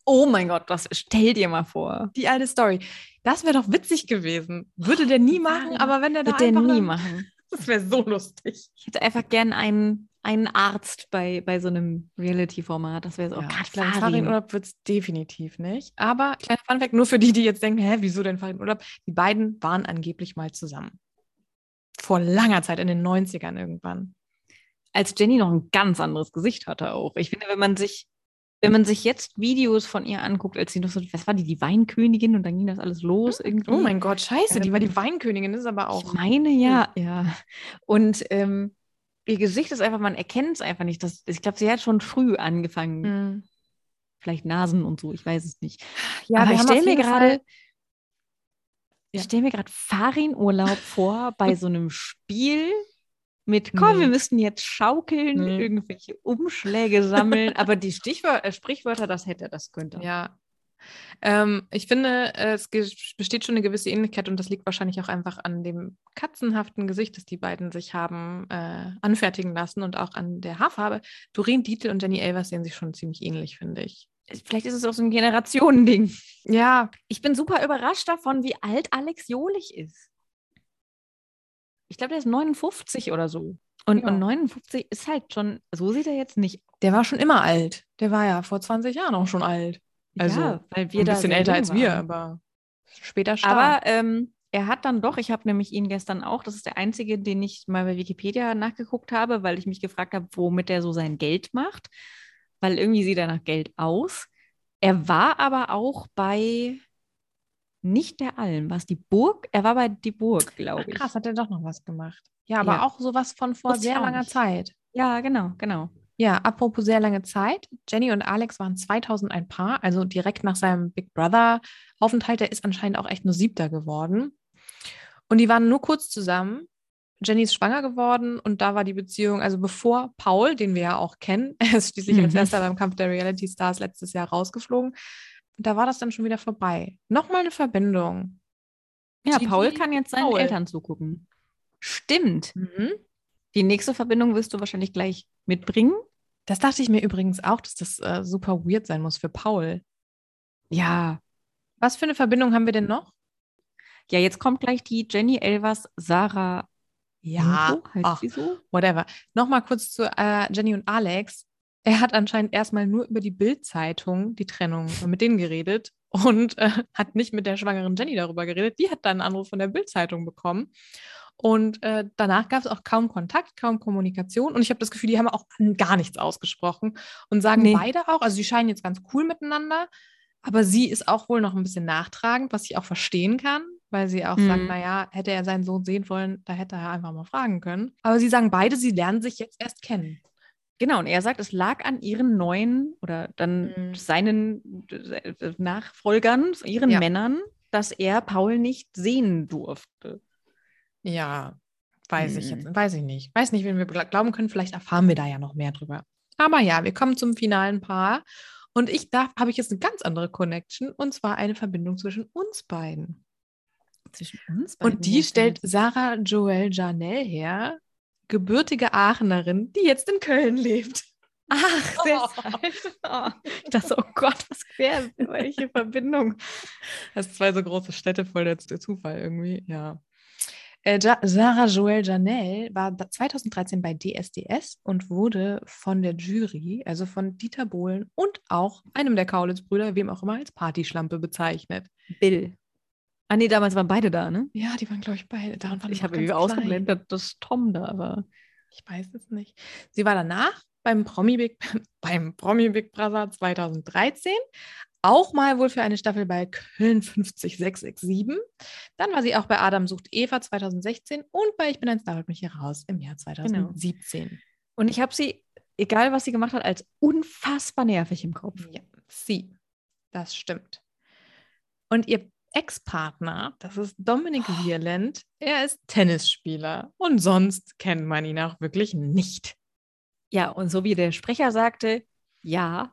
S2: Oh mein Gott, was stell dir mal vor.
S3: Die alte Story. Das wäre doch witzig gewesen. Würde der nie machen,
S2: Wahnsinn.
S3: aber wenn der da
S2: Wird der
S3: einfach
S2: nie
S3: dann-
S2: machen.
S3: Das wäre so lustig.
S2: Ich hätte einfach gern einen, einen Arzt bei, bei so einem Reality-Format. Das wäre so,
S3: Ja,
S2: oh,
S3: ich glaube,
S2: Karin.
S3: Fahrradurlaub wird es definitiv nicht. Aber kleiner Funfact, nur für die, die jetzt denken, hä, wieso denn Fahrradurlaub? Die beiden waren angeblich mal zusammen. Vor langer Zeit, in den 90ern irgendwann.
S2: als Jenny noch ein ganz anderes Gesicht hatte auch. Ich finde, wenn man sich, wenn man sich jetzt Videos von ihr anguckt, als sie noch so, was war die, die Weinkönigin und dann ging das alles los irgendwie.
S3: Oh mein Gott, scheiße,
S2: Ja.
S3: die war die Weinkönigin, ist aber
S2: auch. Hm. Ich
S3: auch.
S2: meine ja, ja. Und ähm, ihr Gesicht ist einfach, man erkennt es einfach nicht. Das, ich glaube, sie hat schon früh angefangen,
S3: Mhm.
S2: vielleicht Nasen und so, ich weiß es nicht.
S3: Ja,
S2: Aber
S3: wir
S2: ich
S3: haben
S2: stelle
S3: auf
S2: mir
S3: jeden
S2: gerade,
S3: Fall- Ja.
S2: ich stelle mir gerade Farin-Urlaub vor bei so einem Spiel mit, komm, wir
S3: Nee.
S2: müssen jetzt schaukeln,
S3: Nee.
S2: irgendwelche Umschläge sammeln. Aber die Stichwör äh, Sprichwörter, das hätte, das könnte.
S3: Ja. Ähm, ich finde, äh, es ge- besteht schon eine gewisse Ähnlichkeit und das liegt wahrscheinlich auch einfach an dem katzenhaften Gesicht, das die beiden sich haben äh, anfertigen lassen und auch an der Haarfarbe. Doreen Dietl und Jenny Elvers sehen sich schon ziemlich ähnlich, finde ich.
S2: Vielleicht ist es auch so ein Generationending.
S3: Ja,
S2: Ich bin super überrascht davon, wie alt Alex Jolich ist. Ich glaube, der ist 59 oder so. Genau. Und,
S3: Ja.
S2: und 59 ist halt schon, so sieht er jetzt nicht
S3: der war schon immer alt. Der war ja vor 20 Jahren auch schon alt. Also,
S2: weil
S3: ein
S2: da
S3: bisschen
S2: sehr
S3: älter
S2: jung
S3: als wir,
S2: waren.
S3: aber später stark.
S2: Aber ähm, er hat dann doch, ich habe nämlich ihn gestern auch, das ist der einzige, den ich mal bei Wikipedia nachgeguckt habe, weil ich mich gefragt habe, womit er so sein Geld macht, weil irgendwie sieht er nach Geld aus. Er war aber auch bei nicht der Alm, was die Burg? Er war bei die Burg, glaube ich.
S3: krass, hat er doch noch was gemacht. Ja, aber
S2: Ja.
S3: auch sowas von vor
S2: Wusste ich
S3: sehr
S2: auch
S3: langer
S2: nicht.
S3: Zeit.
S2: Ja, genau, genau.
S3: Ja, apropos sehr lange Zeit. Jenny und Alex waren 2000 ein Paar, also direkt nach seinem Big Brother-Aufenthalt. Der ist anscheinend auch echt nur siebter geworden. Und die waren nur kurz zusammen. Jenny ist schwanger geworden und da war die Beziehung, also bevor Paul, den wir ja auch kennen, er ist schließlich als
S2: Mhm.
S3: erster beim Kampf der Reality Stars letztes Jahr rausgeflogen. Da war das dann schon wieder vorbei. Nochmal eine Verbindung.
S2: Ja,
S3: Gigi
S2: Paul kann jetzt seinen
S3: Paul.
S2: Eltern zugucken. Stimmt. Die nächste Verbindung wirst du wahrscheinlich gleich mitbringen.
S3: Das dachte ich mir übrigens auch, dass das äh, super weird sein muss für Paul.
S2: Ja,
S3: Was für eine Verbindung haben wir denn noch?
S2: Ja, jetzt kommt gleich die Jenny Elvers Sarah. Enko, heißt
S3: ach,
S2: sie so?
S3: whatever. Nochmal kurz zu äh, Jenny und Alex. Er hat anscheinend erstmal nur über die Bild-Zeitung, die Trennung, mit denen geredet und äh, hat nicht mit der schwangeren Jenny darüber geredet. Die hat dann einen Anruf von der Bild-Zeitung bekommen. Und äh, danach gab es auch kaum Kontakt, kaum Kommunikation. Und ich habe das Gefühl, die haben auch an- gar nichts ausgesprochen und sagen
S2: Nee.
S3: beide auch, also sie scheinen jetzt ganz cool miteinander, aber sie ist auch wohl noch ein bisschen nachtragend, was ich auch verstehen kann, weil sie auch sagt,
S2: Mhm.
S3: naja, hätte er seinen Sohn sehen wollen, da hätte er einfach mal fragen können. Aber sie sagen beide, sie lernen sich jetzt erst kennen.
S2: Genau, und er sagt, es lag an ihren neuen oder dann
S3: Mhm.
S2: seinen äh, Nachfolgern, ihren
S3: Ja.
S2: Männern, dass er Paul nicht sehen durfte.
S3: Ja, weiß ich
S2: Mhm.
S3: jetzt, weiß ich nicht. Weiß nicht, wen wir gla- glauben können, vielleicht erfahren wir da ja noch mehr drüber. Aber ja, wir kommen zum finalen Paar. Und ich darf, habe ich jetzt eine ganz andere Connection, und zwar eine Verbindung zwischen uns beiden.
S2: Zwischen uns
S3: Und die stellt Sarah Joel Janel her, gebürtige Aachenerin, die jetzt in Köln lebt.
S2: Ach, deshalb. Oh. Ich dachte, oh Gott, was wäre welche Verbindung?
S3: Hast zwei so große Städte voll der, der Zufall irgendwie, ja. Äh, ja Sarah Joel Janel war da- 2013 bei DSDS und wurde von der Jury, also von Dieter Bohlen und auch einem der Kaulitz-Brüder, wem auch immer, als Partyschlampe bezeichnet.
S2: Bill. Ah, nee, damals waren beide da, ne?
S3: Ja, die waren, glaube ich, beide. Daran waren die
S2: Ich
S3: noch
S2: habe
S3: ganz
S2: irgendwie
S3: klein.
S2: ausgeblendet, dass Tom da war.
S3: Ich weiß es nicht. Sie war danach beim Promi Big, beim Promi Big Brother 2013, auch mal wohl für eine Staffel bei Köln 50667. Dann war sie auch bei Adam sucht Eva 2016 und bei Ich bin ein Star, holt mich hier raus im Jahr 2017.
S2: Und ich habe sie, egal was sie gemacht hat, als unfassbar nervig im Kopf.
S3: Ja, sie. Das stimmt. Und ihr Ex-Partner, das ist Dominik Wieland, er ist Tennisspieler und sonst kennt man ihn auch wirklich nicht.
S2: Ja, und so wie der Sprecher sagte, ja,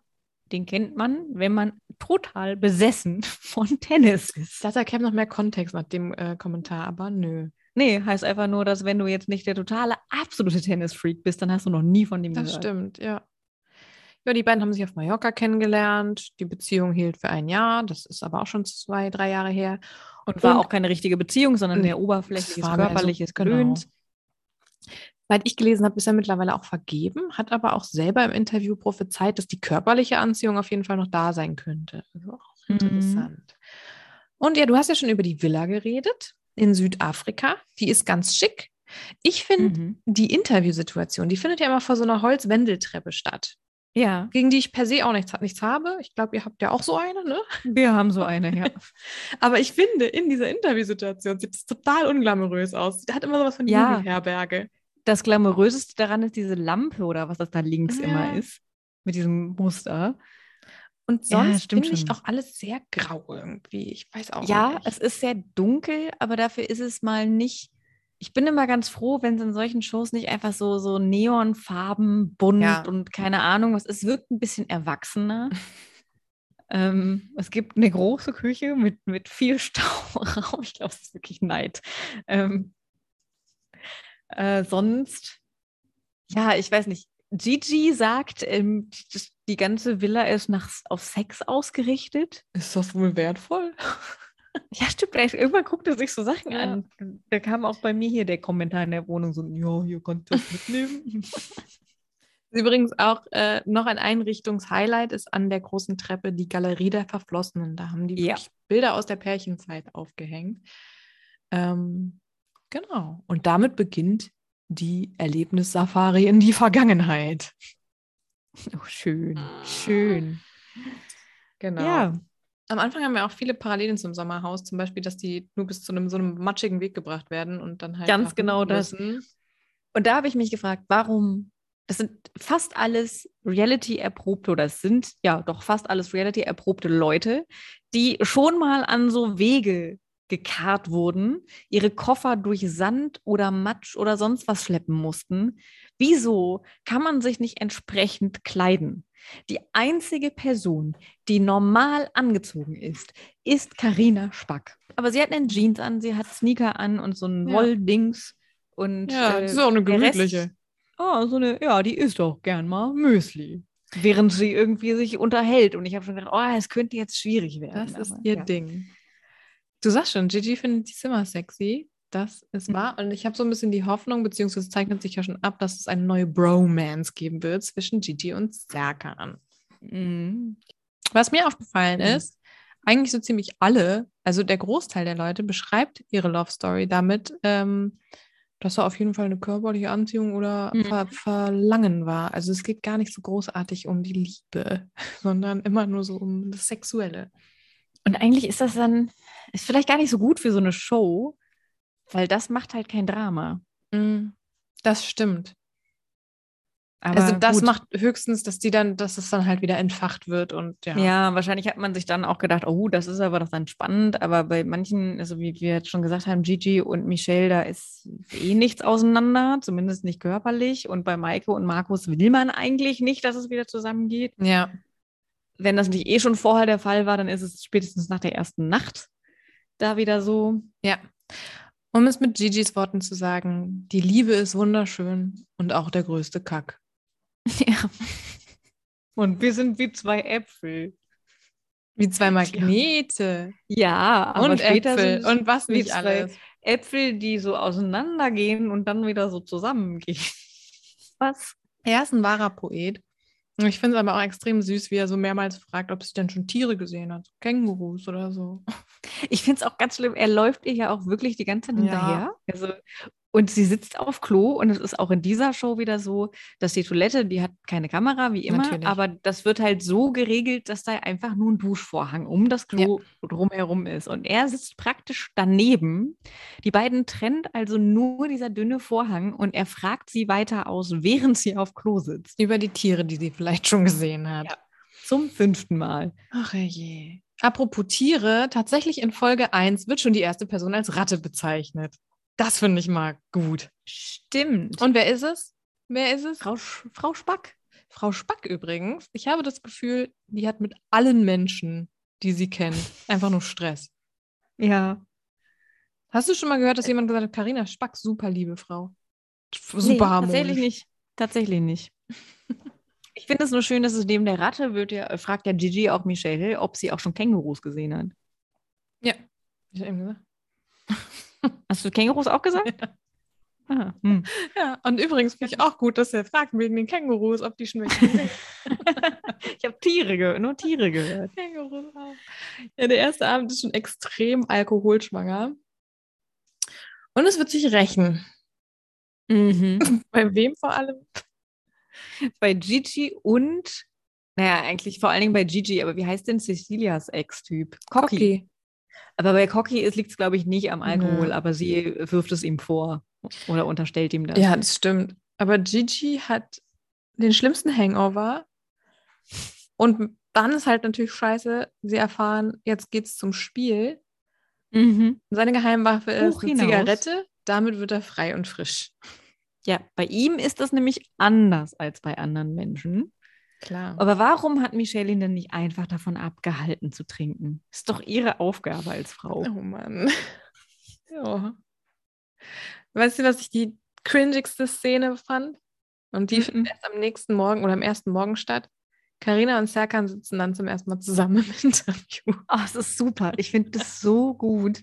S2: den kennt man, wenn man total besessen von Tennis
S3: Ich
S2: ist.
S3: dachte, da käme noch mehr Kontext nach dem äh, Kommentar, aber nö.
S2: Nee, heißt einfach nur, dass wenn du jetzt nicht der totale, absolute Tennisfreak bist, dann hast du noch nie von dem
S3: Das
S2: gehört.
S3: stimmt, ja. Ja, die beiden haben sich auf Mallorca kennengelernt. Die Beziehung hielt für ein Jahr. Das ist aber auch schon zwei, drei Jahre her.
S2: Und war
S3: Und-
S2: auch keine richtige Beziehung, sondern
S3: Nee,
S2: mehr oberflächliches,
S3: war mehr so,
S2: körperliches
S3: genau.
S2: Gedöns.
S3: Seit ich gelesen habe, ist er mittlerweile auch vergeben, hat aber auch selber im Interview prophezeit, dass die körperliche Anziehung auf jeden Fall noch da sein könnte. Also auch
S2: Mhm.
S3: interessant. Und ja, du hast ja schon über die Villa geredet in Südafrika. Die ist ganz schick. Ich finde
S2: Mhm.
S3: die Interviewsituation, die findet ja immer vor so einer Holzwendeltreppe statt,
S2: Ja,
S3: gegen die ich per se auch nichts, nichts habe. Ich glaube, ihr habt ja auch so eine, ne?
S2: wir haben so eine, ja.
S3: Aber ich finde, in dieser Interviewsituation sieht es total unglamourös aus. Hat immer sowas von
S2: Ja.
S3: Jugendherberge.
S2: Das Glamouröseste daran ist diese Lampe oder was das da links
S3: Ah Ja.
S2: immer ist. Mit diesem Muster.
S3: Und
S2: Ja,
S3: sonst
S2: stimmt
S3: finde ich
S2: schon.
S3: auch alles sehr grau irgendwie. Ich weiß auch
S2: Ja,
S3: nicht.
S2: es ist sehr dunkel, aber dafür ist es mal nicht. Ich bin immer ganz froh, wenn es in solchen Shows nicht einfach so, so Neonfarben, bunt
S3: Ja.
S2: und keine Ahnung was. Es wirkt ein bisschen erwachsener. ähm, es gibt eine große Küche mit, mit viel Stauraum. Ich glaube, es ist wirklich Neid. Ähm, äh, sonst, ja, ich weiß nicht. Gigi sagt, ähm, das- die ganze Villa ist nach, auf Sex ausgerichtet.
S3: Ist das wohl wertvoll?
S2: Ja, stimmt. Vielleicht irgendwann guckt er sich so Sachen
S3: Ja.
S2: an. Da kam auch bei mir hier der Kommentar in der Wohnung so, ja, hier kannst du das mitnehmen.
S3: Übrigens auch äh, noch ein Einrichtungshighlight ist an der großen Treppe die Galerie der Verflossenen. Da haben die
S2: Ja.
S3: wirklich Bilder aus der Pärchenzeit aufgehängt. Ähm, genau. Und damit beginnt die Erlebnissafari in die Vergangenheit.
S2: oh, schön, schön.
S3: Genau.
S2: Ja,
S3: Am Anfang haben wir auch viele Parallelen zum Sommerhaus, zum Beispiel, dass die nur bis zu einem so einem matschigen Weg gebracht werden und dann halt
S2: Ganz
S3: nach
S2: genau
S3: unten
S2: das.
S3: müssen.
S2: und da habe ich mich gefragt, warum, das sind fast alles Reality-erprobte oder es sind ja doch fast alles Reality-erprobte Leute, die schon mal an so Wege gekarrt wurden, ihre Koffer durch Sand oder Matsch oder sonst was schleppen mussten. Wieso kann man sich nicht entsprechend kleiden? Die einzige Person, die normal angezogen ist, ist Karina Spack. Aber sie hat einen Jeans an, sie hat Sneaker an und so ein
S3: Ja.
S2: Wolldings und
S3: Ja, das
S2: äh,
S3: ist auch eine
S2: der Rest-
S3: gemütliche.
S2: Ah, so eine, ja, die isst auch gern mal Müsli. Während sie irgendwie sich unterhält. Und ich habe schon gedacht, oh, es könnte jetzt schwierig werden.
S3: Das ist
S2: aber
S3: ihr
S2: ja.
S3: Ding. Du sagst schon, Gigi findet die Zimmer sexy. Das
S2: Mhm.
S3: ist wahr. Und ich habe so ein bisschen die Hoffnung, beziehungsweise zeichnet sich ja schon ab, dass es eine neue Bromance geben wird zwischen Gigi und Serkan.
S2: Mhm.
S3: Was mir aufgefallen
S2: Mhm.
S3: ist, eigentlich so ziemlich alle, also der Großteil der Leute, beschreibt ihre Love Story damit, ähm, dass da auf jeden Fall eine körperliche Anziehung oder
S2: Mhm.
S3: Ver Verlangen war. Also es geht gar nicht so großartig um die Liebe, sondern immer nur so um das Sexuelle.
S2: Und eigentlich ist das dann, ist vielleicht gar nicht so gut für so eine Show, weil das macht halt kein Drama.
S3: Mhm. Das stimmt.
S2: Aber
S3: also das
S2: gut.
S3: macht höchstens, dass die dann, dass es dann halt wieder entfacht wird und ja.
S2: Ja, wahrscheinlich hat man sich dann auch gedacht, oh, das ist aber doch dann spannend. Aber bei manchen, also wie wir jetzt schon gesagt haben, Gigi und Michelle, da ist eh nichts auseinander, zumindest nicht körperlich. Und bei Maike und Markus will man eigentlich nicht, dass es wieder zusammengeht.
S3: Ja.
S2: Wenn das nicht eh schon vorher der Fall war, dann ist es spätestens nach der ersten Nacht da wieder so.
S3: Ja. Um es mit Gigi's Worten zu sagen, die Liebe ist wunderschön und auch der größte Kack.
S2: Ja. Und wir sind wie zwei Äpfel.
S3: Wie zwei Magnete
S2: Ja, aber
S3: und
S2: später
S3: Äpfel
S2: sind es
S3: und was
S2: wie
S3: nicht
S2: zwei-
S3: alles.
S2: Äpfel, die so auseinandergehen und dann wieder so zusammengehen. Was?
S3: Er ist ein wahrer Poet. Und Ich finde es aber auch extrem süß, wie er so mehrmals fragt, ob sie denn schon Tiere gesehen hat. Kängurus oder so.
S2: Ich finde es auch ganz schlimm. Er läuft ihr ja auch wirklich die ganze Zeit
S3: Ja.
S2: hinterher. Also, und sie sitzt auf Klo und es ist auch in dieser Show wieder so, dass die Toilette, die hat keine Kamera, wie immer,
S3: Natürlich.
S2: aber das wird halt so geregelt, dass da einfach nur ein Duschvorhang um das Klo drumherum ist. Und er sitzt praktisch daneben. Die beiden trennt also nur dieser dünne Vorhang und er fragt sie weiter aus, während sie auf Klo sitzt.
S3: Über die Tiere, die sie vielleicht schon gesehen hat.
S2: Ja. Zum fünften Mal.
S3: Ach je. Apropos Tiere, tatsächlich in Folge 1 wird schon die erste Person als Ratte bezeichnet. Das finde ich mal gut.
S2: Stimmt. Und
S3: Und wer ist es? Wer ist es?
S2: Frau, Sch- Frau Spack.
S3: Frau Spack übrigens. Ich habe das Gefühl, die hat mit allen Menschen, die sie kennt, einfach nur Stress.
S2: Ja.
S3: Hast du schon mal gehört, dass jemand gesagt hat, Karina Spack, super liebe Frau. F- Super
S2: Tatsächlich
S3: harmonisch.
S2: nicht. Tatsächlich nicht. Ich finde es nur schön, dass es neben der Ratte wird ja, fragt ja Gigi auch Michelle, ob sie auch schon Kängurus gesehen hat.
S3: Ich hab eben gesagt.
S2: Hast du Kängurus auch gesagt? Ah, hm.
S3: Ja, und übrigens finde ich auch gut, dass er fragt wegen den Kängurus, ob die schmecken.
S2: Ich habe Tiere gehört, nur Tiere gehört.
S3: Kängurus auch. Ja, der erste Abend ist schon extrem alkoholschwanger. Und es wird sich rächen. Bei wem vor allem?
S2: Bei Gigi und, naja, eigentlich vor allen Dingen bei Gigi, aber wie heißt denn Cecilias Ex-Typ? Cocky. Aber bei Cocky liegt es, glaube ich, nicht am Alkohol,
S3: Nö.
S2: aber sie wirft es ihm vor oder unterstellt ihm das.
S3: Ja, das stimmt. Aber Gigi hat den schlimmsten Hangover. Und dann ist halt natürlich scheiße, sie erfahren, jetzt geht's zum Spiel.
S2: Mhm.
S3: Und seine Geheimwaffe ist
S2: Hoch
S3: eine
S2: hinaus.
S3: Zigarette. Damit wird er frei und frisch.
S2: ja, bei ihm ist das nämlich anders als bei anderen Menschen.
S3: Klar.
S2: Aber warum hat Michelle ihn denn nicht einfach davon abgehalten zu trinken? Ist doch ihre Aufgabe als Frau.
S3: Oh Mann. ja. Weißt du, was ich die cringigste Szene fand? Und die findet erst am nächsten Morgen oder am ersten Morgen statt. Carina und Serkan sitzen dann zum ersten Mal zusammen im Interview.
S2: Oh, es ist super. Ich finde das so gut.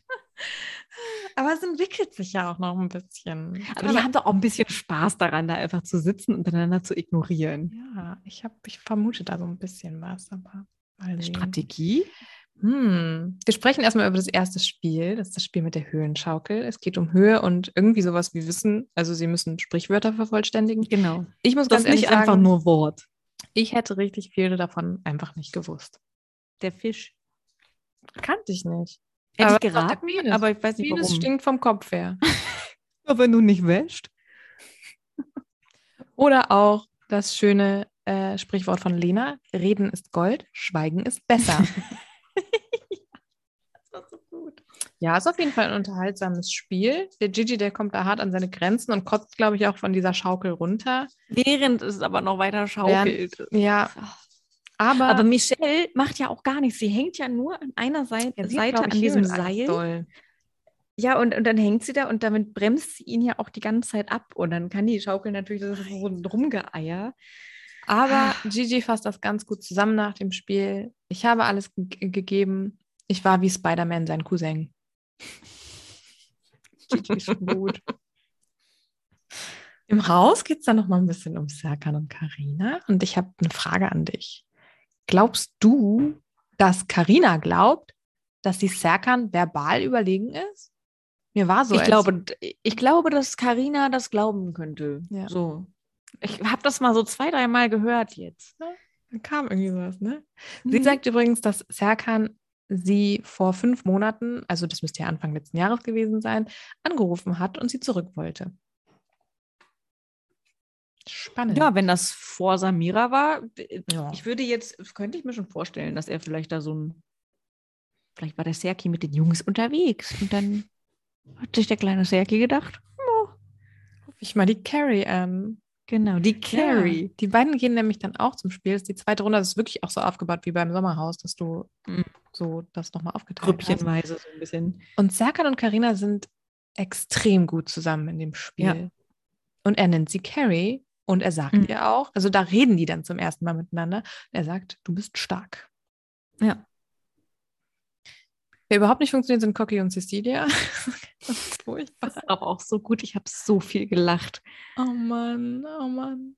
S3: Aber es entwickelt sich ja auch noch ein bisschen. Also
S2: Aber, die haben doch auch ein bisschen Spaß daran, da einfach zu sitzen und einander zu ignorieren.
S3: ja, ich, hab, ich vermute da so ein bisschen was, aber mal sehen.
S2: Strategie?
S3: Hm. Wir sprechen erstmal über das erste Spiel. Das ist das Spiel mit der Höhenschaukel. Es geht um Höhe und irgendwie sowas wie Wissen. Also sie müssen Sprichwörter vervollständigen.
S2: Genau.
S3: Ich muss
S2: Das
S3: ganz
S2: ist
S3: ehrlich
S2: nicht
S3: sagen,
S2: einfach nur Wort.
S3: Ich hätte richtig viele davon einfach nicht gewusst.
S2: Der Fisch.
S3: Kannte ich nicht.
S2: Hätte
S3: Aber
S2: ich
S3: das ist doch der
S2: geraten,
S3: Penis.
S2: aber ich weiß nicht
S3: Vieles
S2: warum.
S3: stinkt vom Kopf her.
S2: Aber wenn du nicht wäscht.
S3: Oder auch das schöne äh, Sprichwort von Lena: Reden ist Gold, Schweigen ist besser.
S2: Das war so gut.
S3: ja, ist auf jeden Fall ein unterhaltsames Spiel. Der Gigi, der kommt da hart an seine Grenzen und kotzt, glaube ich, auch von dieser Schaukel runter.
S2: Während es aber noch weiter schaukelt.
S3: Ja, aber,
S2: Aber Michelle macht ja auch gar nichts. Sie hängt ja nur an einer Seite,
S3: Ja, sie hat,
S2: Seite
S3: glaub ich,
S2: an diesem
S3: Höhenangst
S2: Seil.
S3: doll.
S2: Ja, und, und dann hängt sie da und damit bremst sie ihn ja auch die ganze Zeit ab. Und dann kann die Schaukel natürlich, das ist so ein Rumgeeier.
S3: Aber Gigi fasst das ganz gut zusammen nach dem Spiel. Ich habe alles ge gegeben. Ich war wie Spider-Man, sein Cousin.
S2: Gigi ist schon gut.
S3: Im Haus geht es dann noch mal ein bisschen um Serkan und Karina. Und ich habe eine Frage an dich. Glaubst du, dass Karina glaubt, dass sie Serkan verbal überlegen ist? Mir war so.
S2: ich,
S3: als-
S2: glaube, ich glaube, dass Karina das glauben könnte.
S3: Ja.
S2: So. Ich habe das mal so zwei, dreimal gehört jetzt. ne?
S3: Da kam irgendwie sowas, ne? Sie sagt übrigens, dass Serkan sie vor fünf Monaten, also das müsste ja Anfang letzten Jahres gewesen sein, angerufen hat und sie zurück wollte. Spannend.
S2: Ja, wenn das vor Samira war, äh,
S3: Ja.
S2: ich würde jetzt, könnte ich mir schon vorstellen, dass er vielleicht da so ein, vielleicht war der Serki mit den Jungs unterwegs und dann hat sich der kleine Serki gedacht,
S3: Ruf ich mal die Carrie an.
S2: genau, die
S3: Ja, die beiden gehen nämlich dann auch zum Spiel. Das ist die zweite Runde. Das ist wirklich auch so aufgebaut wie beim Sommerhaus, dass du
S2: Mhm.
S3: so das nochmal aufgeteilt hast.
S2: Grüppchenweise so ein bisschen.
S3: Und Serkan und Karina sind extrem gut zusammen in dem Spiel.
S2: Ja.
S3: Und er nennt sie Carrie und er sagt
S2: Mhm.
S3: ihr auch, also da reden die dann zum ersten Mal miteinander. Und er sagt, du bist stark.
S2: Ja.
S3: Wer überhaupt nicht funktioniert, sind Cocky und Cecilia. Das ist furchtbar.
S2: Das ist aber auch so gut, ich habe so viel gelacht.
S3: Oh Mann, oh Mann.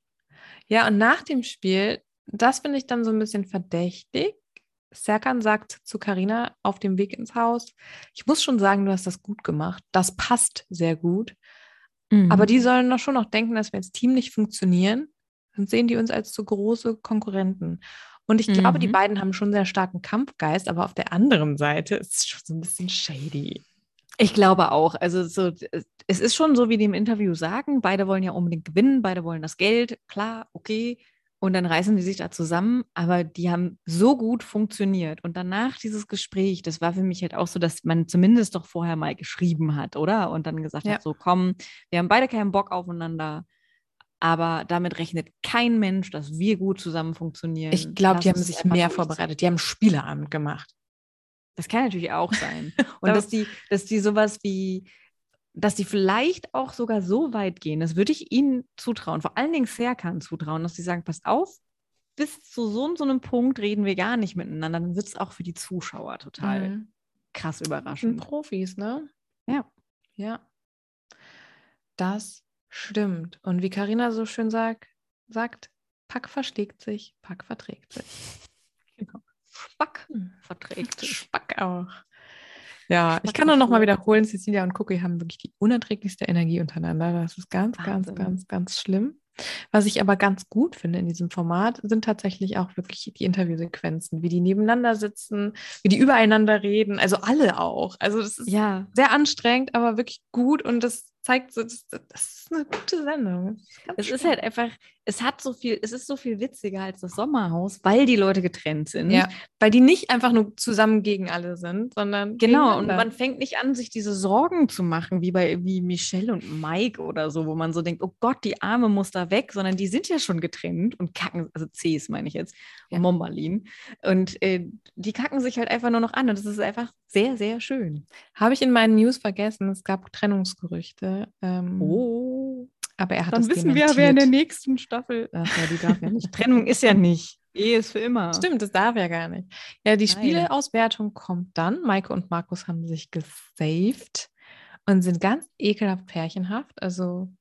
S3: Ja, und nach dem Spiel, das finde ich dann so ein bisschen verdächtig. Serkan sagt zu Karina auf dem Weg ins Haus, ich muss schon sagen, du hast das gut gemacht. Das passt sehr gut. Aber die sollen doch schon noch denken, dass wir als Team nicht funktionieren. Dann sehen die uns als zu große Konkurrenten. Und ich glaube, die
S2: Mhm.
S3: beiden haben schon sehr starken Kampfgeist, aber auf der anderen Seite ist es schon so ein bisschen shady.
S2: Ich glaube auch. Also so, es ist schon so, wie die im Interview sagen, beide wollen ja unbedingt gewinnen, beide wollen das Geld, klar, okay. Und dann reißen die sich da zusammen, aber die haben so gut funktioniert. Und danach dieses Gespräch, das war für mich halt auch so, dass man zumindest doch vorher mal geschrieben hat, oder? Und dann gesagt
S3: Ja.
S2: hat, so komm, wir haben beide keinen Bock aufeinander, aber damit rechnet kein Mensch, dass wir gut zusammen funktionieren.
S3: Ich glaube, die
S2: Lass
S3: haben
S2: uns
S3: sich
S2: einfach
S3: mehr
S2: durchziehen.
S3: vorbereitet. Die haben Spieleabend gemacht.
S2: Das kann natürlich auch sein. Und
S3: Da-
S2: dass die, dass die sowas wie, dass die vielleicht auch sogar so weit gehen, das würde ich ihnen zutrauen, vor allen Dingen Serkan zutrauen, dass die sagen, pass auf, bis zu so und so einem Punkt reden wir gar nicht miteinander. Dann wird es auch für die Zuschauer total
S3: Mhm.
S2: krass
S3: Sind
S2: überraschend.
S3: Profis, ne?
S2: Mhm. Ja.
S3: Ja. Das stimmt. Und wie Karina so schön sagt, sagt, Pack versteckt sich, Pack verträgt sich.
S2: Spack verträgt.
S3: Spack auch. Ja,
S2: Hm.
S3: ich
S2: Spack
S3: kann nur
S2: und
S3: noch mal
S2: Ruhe.
S3: wiederholen, Cecilia und Cookie haben wirklich die unerträglichste Energie untereinander. Das ist ganz,
S2: Wahnsinn.
S3: ganz, ganz, ganz schlimm. Was ich aber ganz gut finde in diesem Format, sind tatsächlich auch wirklich die Interviewsequenzen, wie die nebeneinander sitzen, wie die übereinander reden, also alle auch. Also das ist
S2: Ja,
S3: sehr anstrengend, aber wirklich gut und das zeigt, so, das, das ist eine gute Sendung. Das ist ganz
S2: es ist
S3: schön.
S2: halt einfach, es hat so viel, es ist so viel witziger als das Sommerhaus, weil die Leute getrennt sind.
S3: ja, weil die nicht einfach nur zusammen gegen alle sind, sondern
S2: Genau, und
S3: gegeneinander.
S2: man fängt nicht an, sich diese Sorgen zu machen, wie bei wie Michelle und Mike oder so, wo man so denkt, oh Gott, die Arme muss da weg, sondern die sind ja schon getrennt und kacken, also Cs meine ich jetzt,
S3: Ja.
S2: Mombalin. Und äh, die kacken sich halt einfach nur noch an und das ist einfach sehr, sehr schön.
S3: Habe ich in meinen News vergessen, es gab Trennungsgerüchte. Ähm,
S2: Oh,
S3: aber er hat
S2: dann
S3: es
S2: wissen wir, wer in der
S3: dementiert.
S2: nächsten Staffel. Ach ja, die darf ja nicht. Trennung ist ja nicht. Ehe ist für immer.
S3: Stimmt, das darf er gar nicht. Ja, die
S2: Nein.
S3: Spieleauswertung kommt dann. Maike und Markus haben sich gesaved und sind ganz ekelhaft pärchenhaft. Also,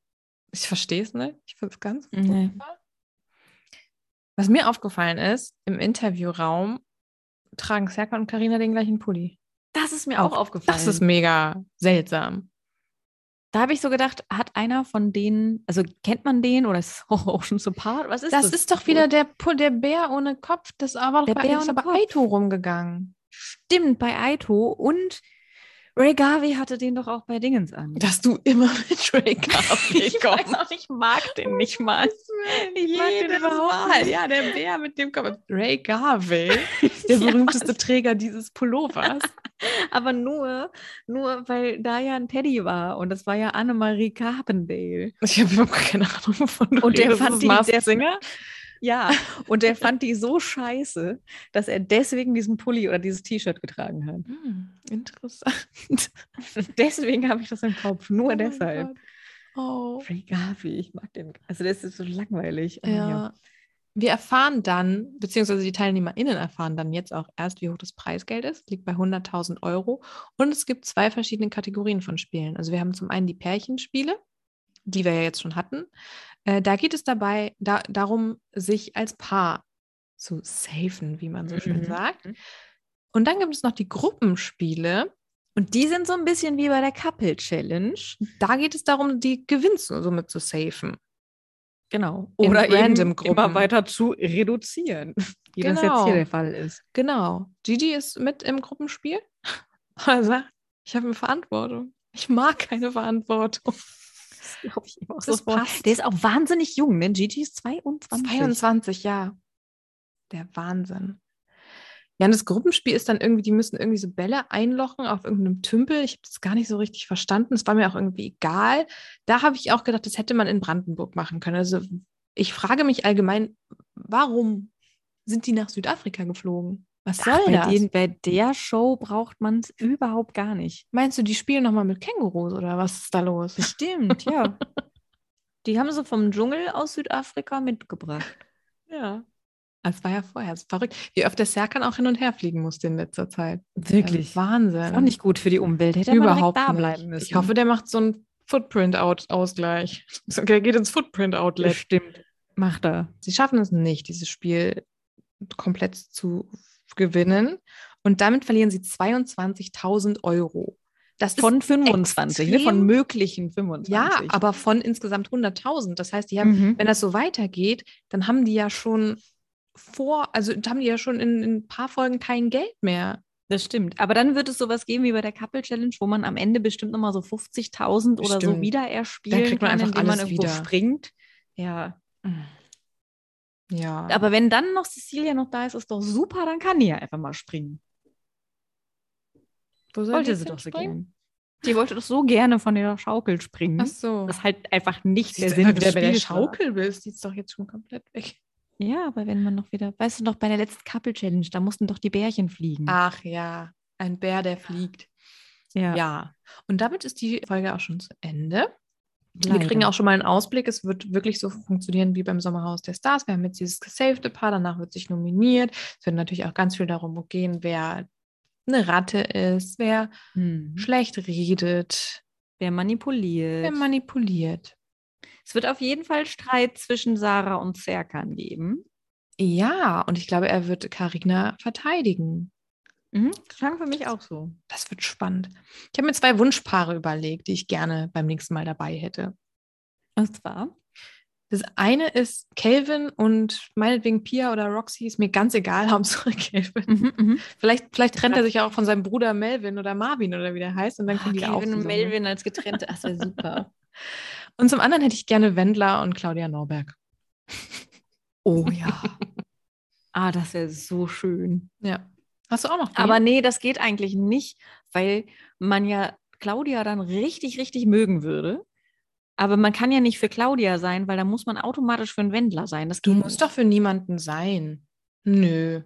S3: ich verstehe es nicht. Ich finde es ganz
S2: Nee.
S3: furchtbar. Was mir aufgefallen ist, im Interviewraum tragen Serkan und Karina den gleichen Pulli.
S2: Das ist mir auch
S3: Auf-
S2: aufgefallen.
S3: Das ist mega seltsam.
S2: Da habe ich so gedacht, hat einer von denen, also kennt man den oder ist auch auch schon so Part? Was ist
S3: Das,
S2: das?
S3: ist doch wieder der, Pu- der Bär ohne Kopf. Das war doch
S2: Der
S3: bei
S2: Bär
S3: Alex
S2: ohne
S3: aber
S2: Kopf.
S3: Aito rumgegangen.
S2: Stimmt, bei Aito und Ray Garvey hatte den doch auch bei Dingens an.
S3: Dass du immer mit Ray Garvey
S2: ich weiß auch, ich mag den nicht mal.
S3: Ich mag den
S2: Oh, Jedes
S3: überhaupt
S2: Mal.
S3: nicht. Ja, der Bär mit dem Kopf. Ray Garvey, der
S2: Ja,
S3: berühmteste Träger dieses Pullovers.
S2: Aber nur, nur weil da ja ein Teddy war und das war ja Annemarie Carpendale.
S3: Ich habe überhaupt keine Ahnung, wovon du
S2: Und der
S3: redest.
S2: fand
S3: Ist es
S2: die-
S3: Mars
S2: der-
S3: Singer.
S2: Ja, und der fand die so scheiße, dass er deswegen diesen Pulli oder dieses T-Shirt getragen hat.
S3: Hm, interessant.
S2: Deswegen habe ich das im Kopf, nur
S3: Oh mein
S2: deshalb.
S3: Gott. Oh.
S2: Ray Garvey, ich mag den. Also das ist so langweilig. Oh Aber ja.
S3: Ja. Wir erfahren dann, beziehungsweise die TeilnehmerInnen erfahren dann jetzt auch erst, wie hoch das Preisgeld ist. Liegt bei 100.000 Euro. Und es gibt zwei verschiedene Kategorien von Spielen. Also wir haben zum einen die Pärchenspiele, die wir ja jetzt schon hatten. Äh, da geht es dabei da, darum, sich als Paar zu safen, wie man so schön
S2: Mhm.
S3: sagt. Und dann gibt es noch die Gruppenspiele.
S2: Und die sind so ein bisschen wie bei der Couple Challenge.
S3: Da geht es darum, die Gewinns somit zu safen.
S2: Genau.
S3: In
S2: Oder
S3: random
S2: eben
S3: Gruppen.
S2: immer weiter zu reduzieren, wie das jetzt
S3: Genau.
S2: hier der Fall ist.
S3: Genau. Gigi ist mit im Gruppenspiel. Und er sagt, ich habe eine Verantwortung. Ich mag keine Verantwortung.
S2: Das glaube ich ihm auch
S3: Das
S2: sofort.
S3: passt.
S2: Der ist auch wahnsinnig jung, ne? Gigi ist 22.
S3: 22, ja. Der Wahnsinn. Ja, und das Gruppenspiel ist dann irgendwie, die müssen irgendwie so Bälle einlochen auf irgendeinem Tümpel. Ich habe das gar nicht so richtig verstanden. Es war mir auch irgendwie egal. Da habe ich auch gedacht, das hätte man in Brandenburg machen können. Also ich frage mich allgemein, warum sind die nach Südafrika geflogen? Was
S2: Ach,
S3: soll
S2: bei,
S3: das?
S2: den, bei der Show braucht man es überhaupt gar nicht.
S3: Meinst du, die spielen nochmal mit Kängurus oder was ist da los?
S2: Bestimmt, ja. Die haben sie vom Dschungel aus Südafrika mitgebracht.
S3: Ja. Es war ja vorher das ist verrückt, wie oft der Serkan auch hin und her fliegen musste in letzter Zeit. Also Wahnsinn.
S2: Auch nicht gut für die Umwelt. Hätte
S3: überhaupt
S2: man direkt da
S3: nicht.
S2: bleiben müssen.
S3: Ich hoffe, der macht so einen Footprint-Ausgleich. Der geht ins Footprint-Outlet.
S2: Bestimmt. Macht er.
S3: Sie schaffen es nicht, dieses Spiel komplett zu gewinnen. Und damit verlieren sie 22.000 Euro. Das ist
S2: Von 25, ne?
S3: extrem-
S2: von möglichen 25.
S3: ja, aber von insgesamt 100.000. Das heißt, die haben
S2: Mhm.
S3: wenn das so weitergeht, dann haben die ja schon vor, also haben die ja schon in, in ein paar Folgen kein Geld mehr.
S2: Das stimmt. Aber dann wird es sowas geben wie bei der Couple Challenge, wo man am Ende bestimmt nochmal so 50.000 oder so
S3: Bestimmt.
S2: wieder erspielen
S3: Dann kriegt man
S2: kann,
S3: einfach
S2: indem man
S3: alles
S2: irgendwo
S3: wieder.
S2: springt. Ja.
S3: Ja.
S2: Aber wenn dann noch Cecilia noch da ist, ist doch super, dann kann die ja einfach mal springen.
S3: Wo soll
S2: Wollte
S3: das
S2: sie
S3: denn
S2: doch so
S3: springen?
S2: gerne. Die wollte doch so gerne von der Schaukel springen.
S3: Ach so.
S2: Das ist halt einfach nicht
S3: Sie
S2: der
S3: ist
S2: Sinn
S3: einfach
S2: des
S3: wieder bei der
S2: Spiels war.
S3: Schaukel bist, die ist doch jetzt schon komplett weg.
S2: Ja, aber wenn man noch wieder, weißt du noch, bei der letzten Couple Challenge, da mussten doch die Bärchen fliegen.
S3: Ach ja, ein Bär, der fliegt.
S2: ja.
S3: Ja. Und damit ist die Folge auch schon zu Ende. Wir kriegen auch schon mal einen Ausblick. Es wird wirklich so funktionieren wie beim Sommerhaus der Stars. Wir haben jetzt dieses gesavte Paar, danach wird sich nominiert. Es wird natürlich auch ganz viel darum gehen, wer eine Ratte ist, wer
S2: Mhm.
S3: schlecht redet,
S2: Wer manipuliert.
S3: wer manipuliert.
S2: es wird auf jeden Fall Streit zwischen Sarah und Serkan geben.
S3: Ja, und ich glaube, er wird Karina verteidigen.
S2: Mhm. Klang für mich auch so.
S3: Das wird spannend. Ich habe mir zwei Wunschpaare überlegt, die ich gerne beim nächsten Mal dabei hätte.
S2: Und zwar?
S3: Das eine ist Calvin und meinetwegen Pia oder Roxy, ist mir ganz egal, Hauptsache Calvin.
S2: Mhm.
S3: Vielleicht, vielleicht trennt er sich ja auch von seinem Bruder Melvin oder Marvin oder wie der heißt und dann
S2: Ah,
S3: können die auch
S2: Kevin und
S3: zusammen.
S2: Melvin als getrennte. Ach, das wäre super.
S3: Und zum anderen hätte ich gerne Wendler und Claudia Norberg.
S2: Oh ja. ah, das wäre so schön.
S3: Ja. Hast du auch noch? die?
S2: Aber nee, das geht eigentlich nicht, weil man ja Claudia dann richtig, richtig mögen würde. Aber man kann ja nicht für Claudia sein, weil da muss man automatisch für einen Wendler sein. Das
S3: du
S2: geht
S3: musst doch für niemanden sein. Nö.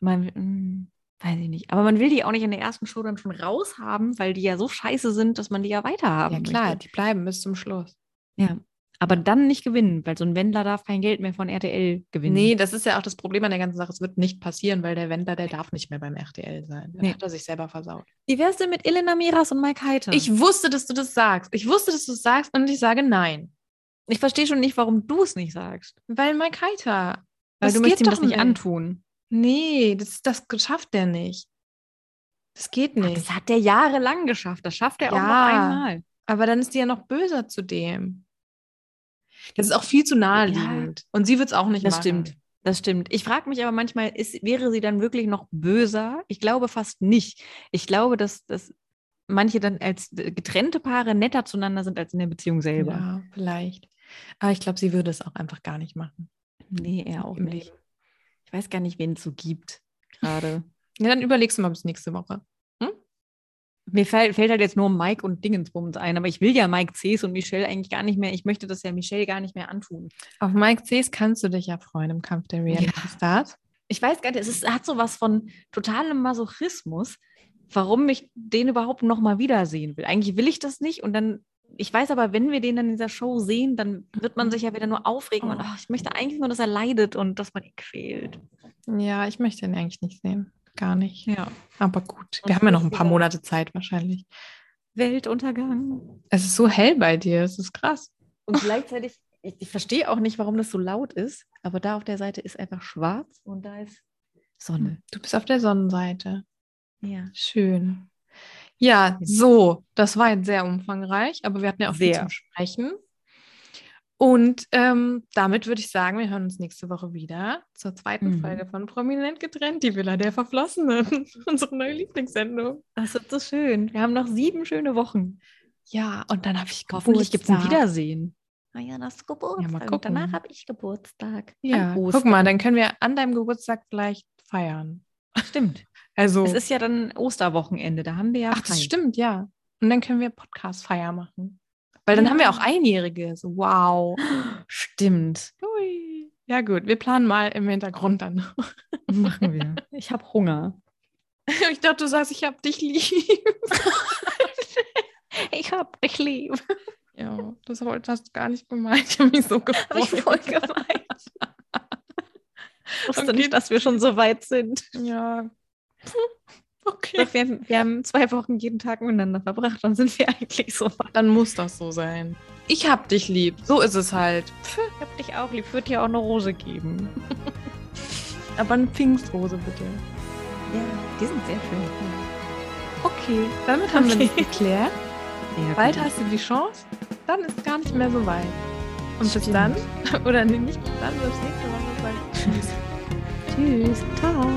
S2: Man, mm, weiß ich nicht. Aber man will die auch nicht in der ersten Show dann schon raushaben, weil die ja so scheiße sind, dass man die ja weiterhaben
S3: Ja klar,
S2: möchte.
S3: die bleiben bis zum Schluss.
S2: Ja. Aber dann nicht gewinnen, weil so ein Wendler darf kein Geld mehr von RTL gewinnen.
S3: Nee, das ist ja auch das Problem an der ganzen Sache. Es wird nicht passieren, weil der Wendler, der darf nicht mehr beim RTL sein. Dann
S2: Nee.
S3: hat er sich selber versaut.
S2: Wie wär's denn mit Elena Miras und Mike Heiter?
S3: Ich wusste, dass du das sagst. Ich wusste, dass du es sagst und ich sage nein.
S2: ich verstehe schon nicht, warum du es nicht sagst.
S3: Weil Mike Heiter.
S2: Weil
S3: das
S2: du möchtest
S3: geht
S2: ihm das
S3: doch
S2: nicht antun.
S3: Nee, das, das schafft der nicht. Das geht
S2: Ach,
S3: nicht.
S2: Das hat der jahrelang geschafft. Das schafft er auch noch
S3: Ja.
S2: einmal.
S3: Aber dann ist die ja noch böser zu dem. Das ist auch viel zu naheliegend. Und sie wird es auch nicht
S2: Das
S3: machen.
S2: stimmt. Das stimmt. Ich frage mich aber manchmal, ist, wäre sie dann wirklich noch böser? Ich glaube fast nicht. Ich glaube, dass, dass manche dann als getrennte Paare netter zueinander sind als in der Beziehung selber.
S3: Ja, vielleicht. Aber ich glaube, sie würde es auch einfach gar nicht machen.
S2: Nee, er auch
S3: Im
S2: nicht. Ich weiß gar nicht, wen es so gibt gerade.
S3: Ja, dann überlegst du mal bis nächste Woche.
S2: Mir fällt, fällt halt jetzt nur Mike und Dingensbums ein, aber ich will ja Mike Cs und Michelle eigentlich gar nicht mehr. Ich möchte das ja Michelle gar nicht mehr antun.
S3: Auf Mike Cs kannst du dich ja freuen im Kampf der Reality Stars.
S2: Ich weiß gar nicht, es ist, hat sowas von totalem Masochismus, warum ich den überhaupt nochmal wiedersehen will. Eigentlich will ich das nicht und dann, ich weiß aber, wenn wir den dann in dieser Show sehen, dann wird man sich ja wieder nur aufregen und
S3: Oh.
S2: ach, ich möchte eigentlich nur, dass er leidet und dass man ihn quält.
S3: Ja, ich möchte ihn eigentlich nicht sehen. Gar nicht.
S2: Ja.
S3: Aber gut, wir
S2: Und
S3: haben ja noch ein
S2: ich
S3: paar
S2: wieder-
S3: Monate Zeit wahrscheinlich.
S2: Weltuntergang.
S3: Es ist so hell bei dir, es ist krass.
S2: Und gleichzeitig, ich, ich verstehe auch nicht, warum das so laut ist, aber da auf der Seite ist einfach schwarz und da ist Sonne.
S3: Du bist auf der Sonnenseite.
S2: Ja.
S3: Schön. Ja, so, das war jetzt sehr umfangreich, aber wir hatten ja auch viel
S2: Sehr.
S3: zum Sprechen. Und ähm, damit würde ich sagen, wir hören uns nächste Woche wieder zur zweiten
S2: Mhm.
S3: Folge von Prominent getrennt, die Villa der Verflossenen, unsere neue Lieblingssendung.
S2: Das wird so schön. Wir haben noch sieben schöne Wochen.
S3: Ja, und dann habe ich
S2: Hoffentlich gibt es ein
S3: Geburtstag.
S2: Wiedersehen. Naja, das ist Geburtstag.
S3: mal
S2: und
S3: gucken.
S2: Danach habe ich Geburtstag.
S3: Ja,
S2: An
S3: guck
S2: Ostern.
S3: mal, dann können wir an deinem Geburtstag vielleicht feiern.
S2: Stimmt.
S3: Also,
S2: Es ist ja dann Osterwochenende. Da haben wir ja.
S3: ach, das
S2: frei.
S3: stimmt, ja. Und dann können wir Podcast-Feier machen. Weil dann haben wir auch Einjährige. So, wow.
S2: Stimmt.
S3: Ui. Ja, gut, wir planen mal im Hintergrund dann.
S2: Machen wir. Ich habe Hunger.
S3: Ich dachte, du sagst, ich hab dich lieb.
S2: Ich hab dich lieb.
S3: Ja, das wollt- hast du gar nicht gemeint. Ich habe mich so gefreut.
S2: Habe ich voll gemeint. Ich wusste
S3: Okay.
S2: nicht, dass wir schon so weit sind.
S3: Ja. Okay.
S2: Doch, wir, haben- wir haben zwei Wochen jeden Tag miteinander verbracht. Dann sind wir eigentlich so weit.
S3: Dann muss das so sein. Ich hab dich lieb. So ist es halt.
S2: Ich hab dich auch lieb. Wird dir auch eine Rose geben.
S3: Aber eine Pfingstrose bitte.
S2: Ja, die sind sehr schön. Okay.
S3: Damit haben wir
S2: Okay.
S3: das geklärt. Bald hast du die Chance. Dann ist gar nicht mehr so weit. Und bis
S2: Stimmt.
S3: dann. Oder nee, nicht bis dann, bis nächste Woche. Sag ich Tschüss.
S2: Tschüss. Ciao.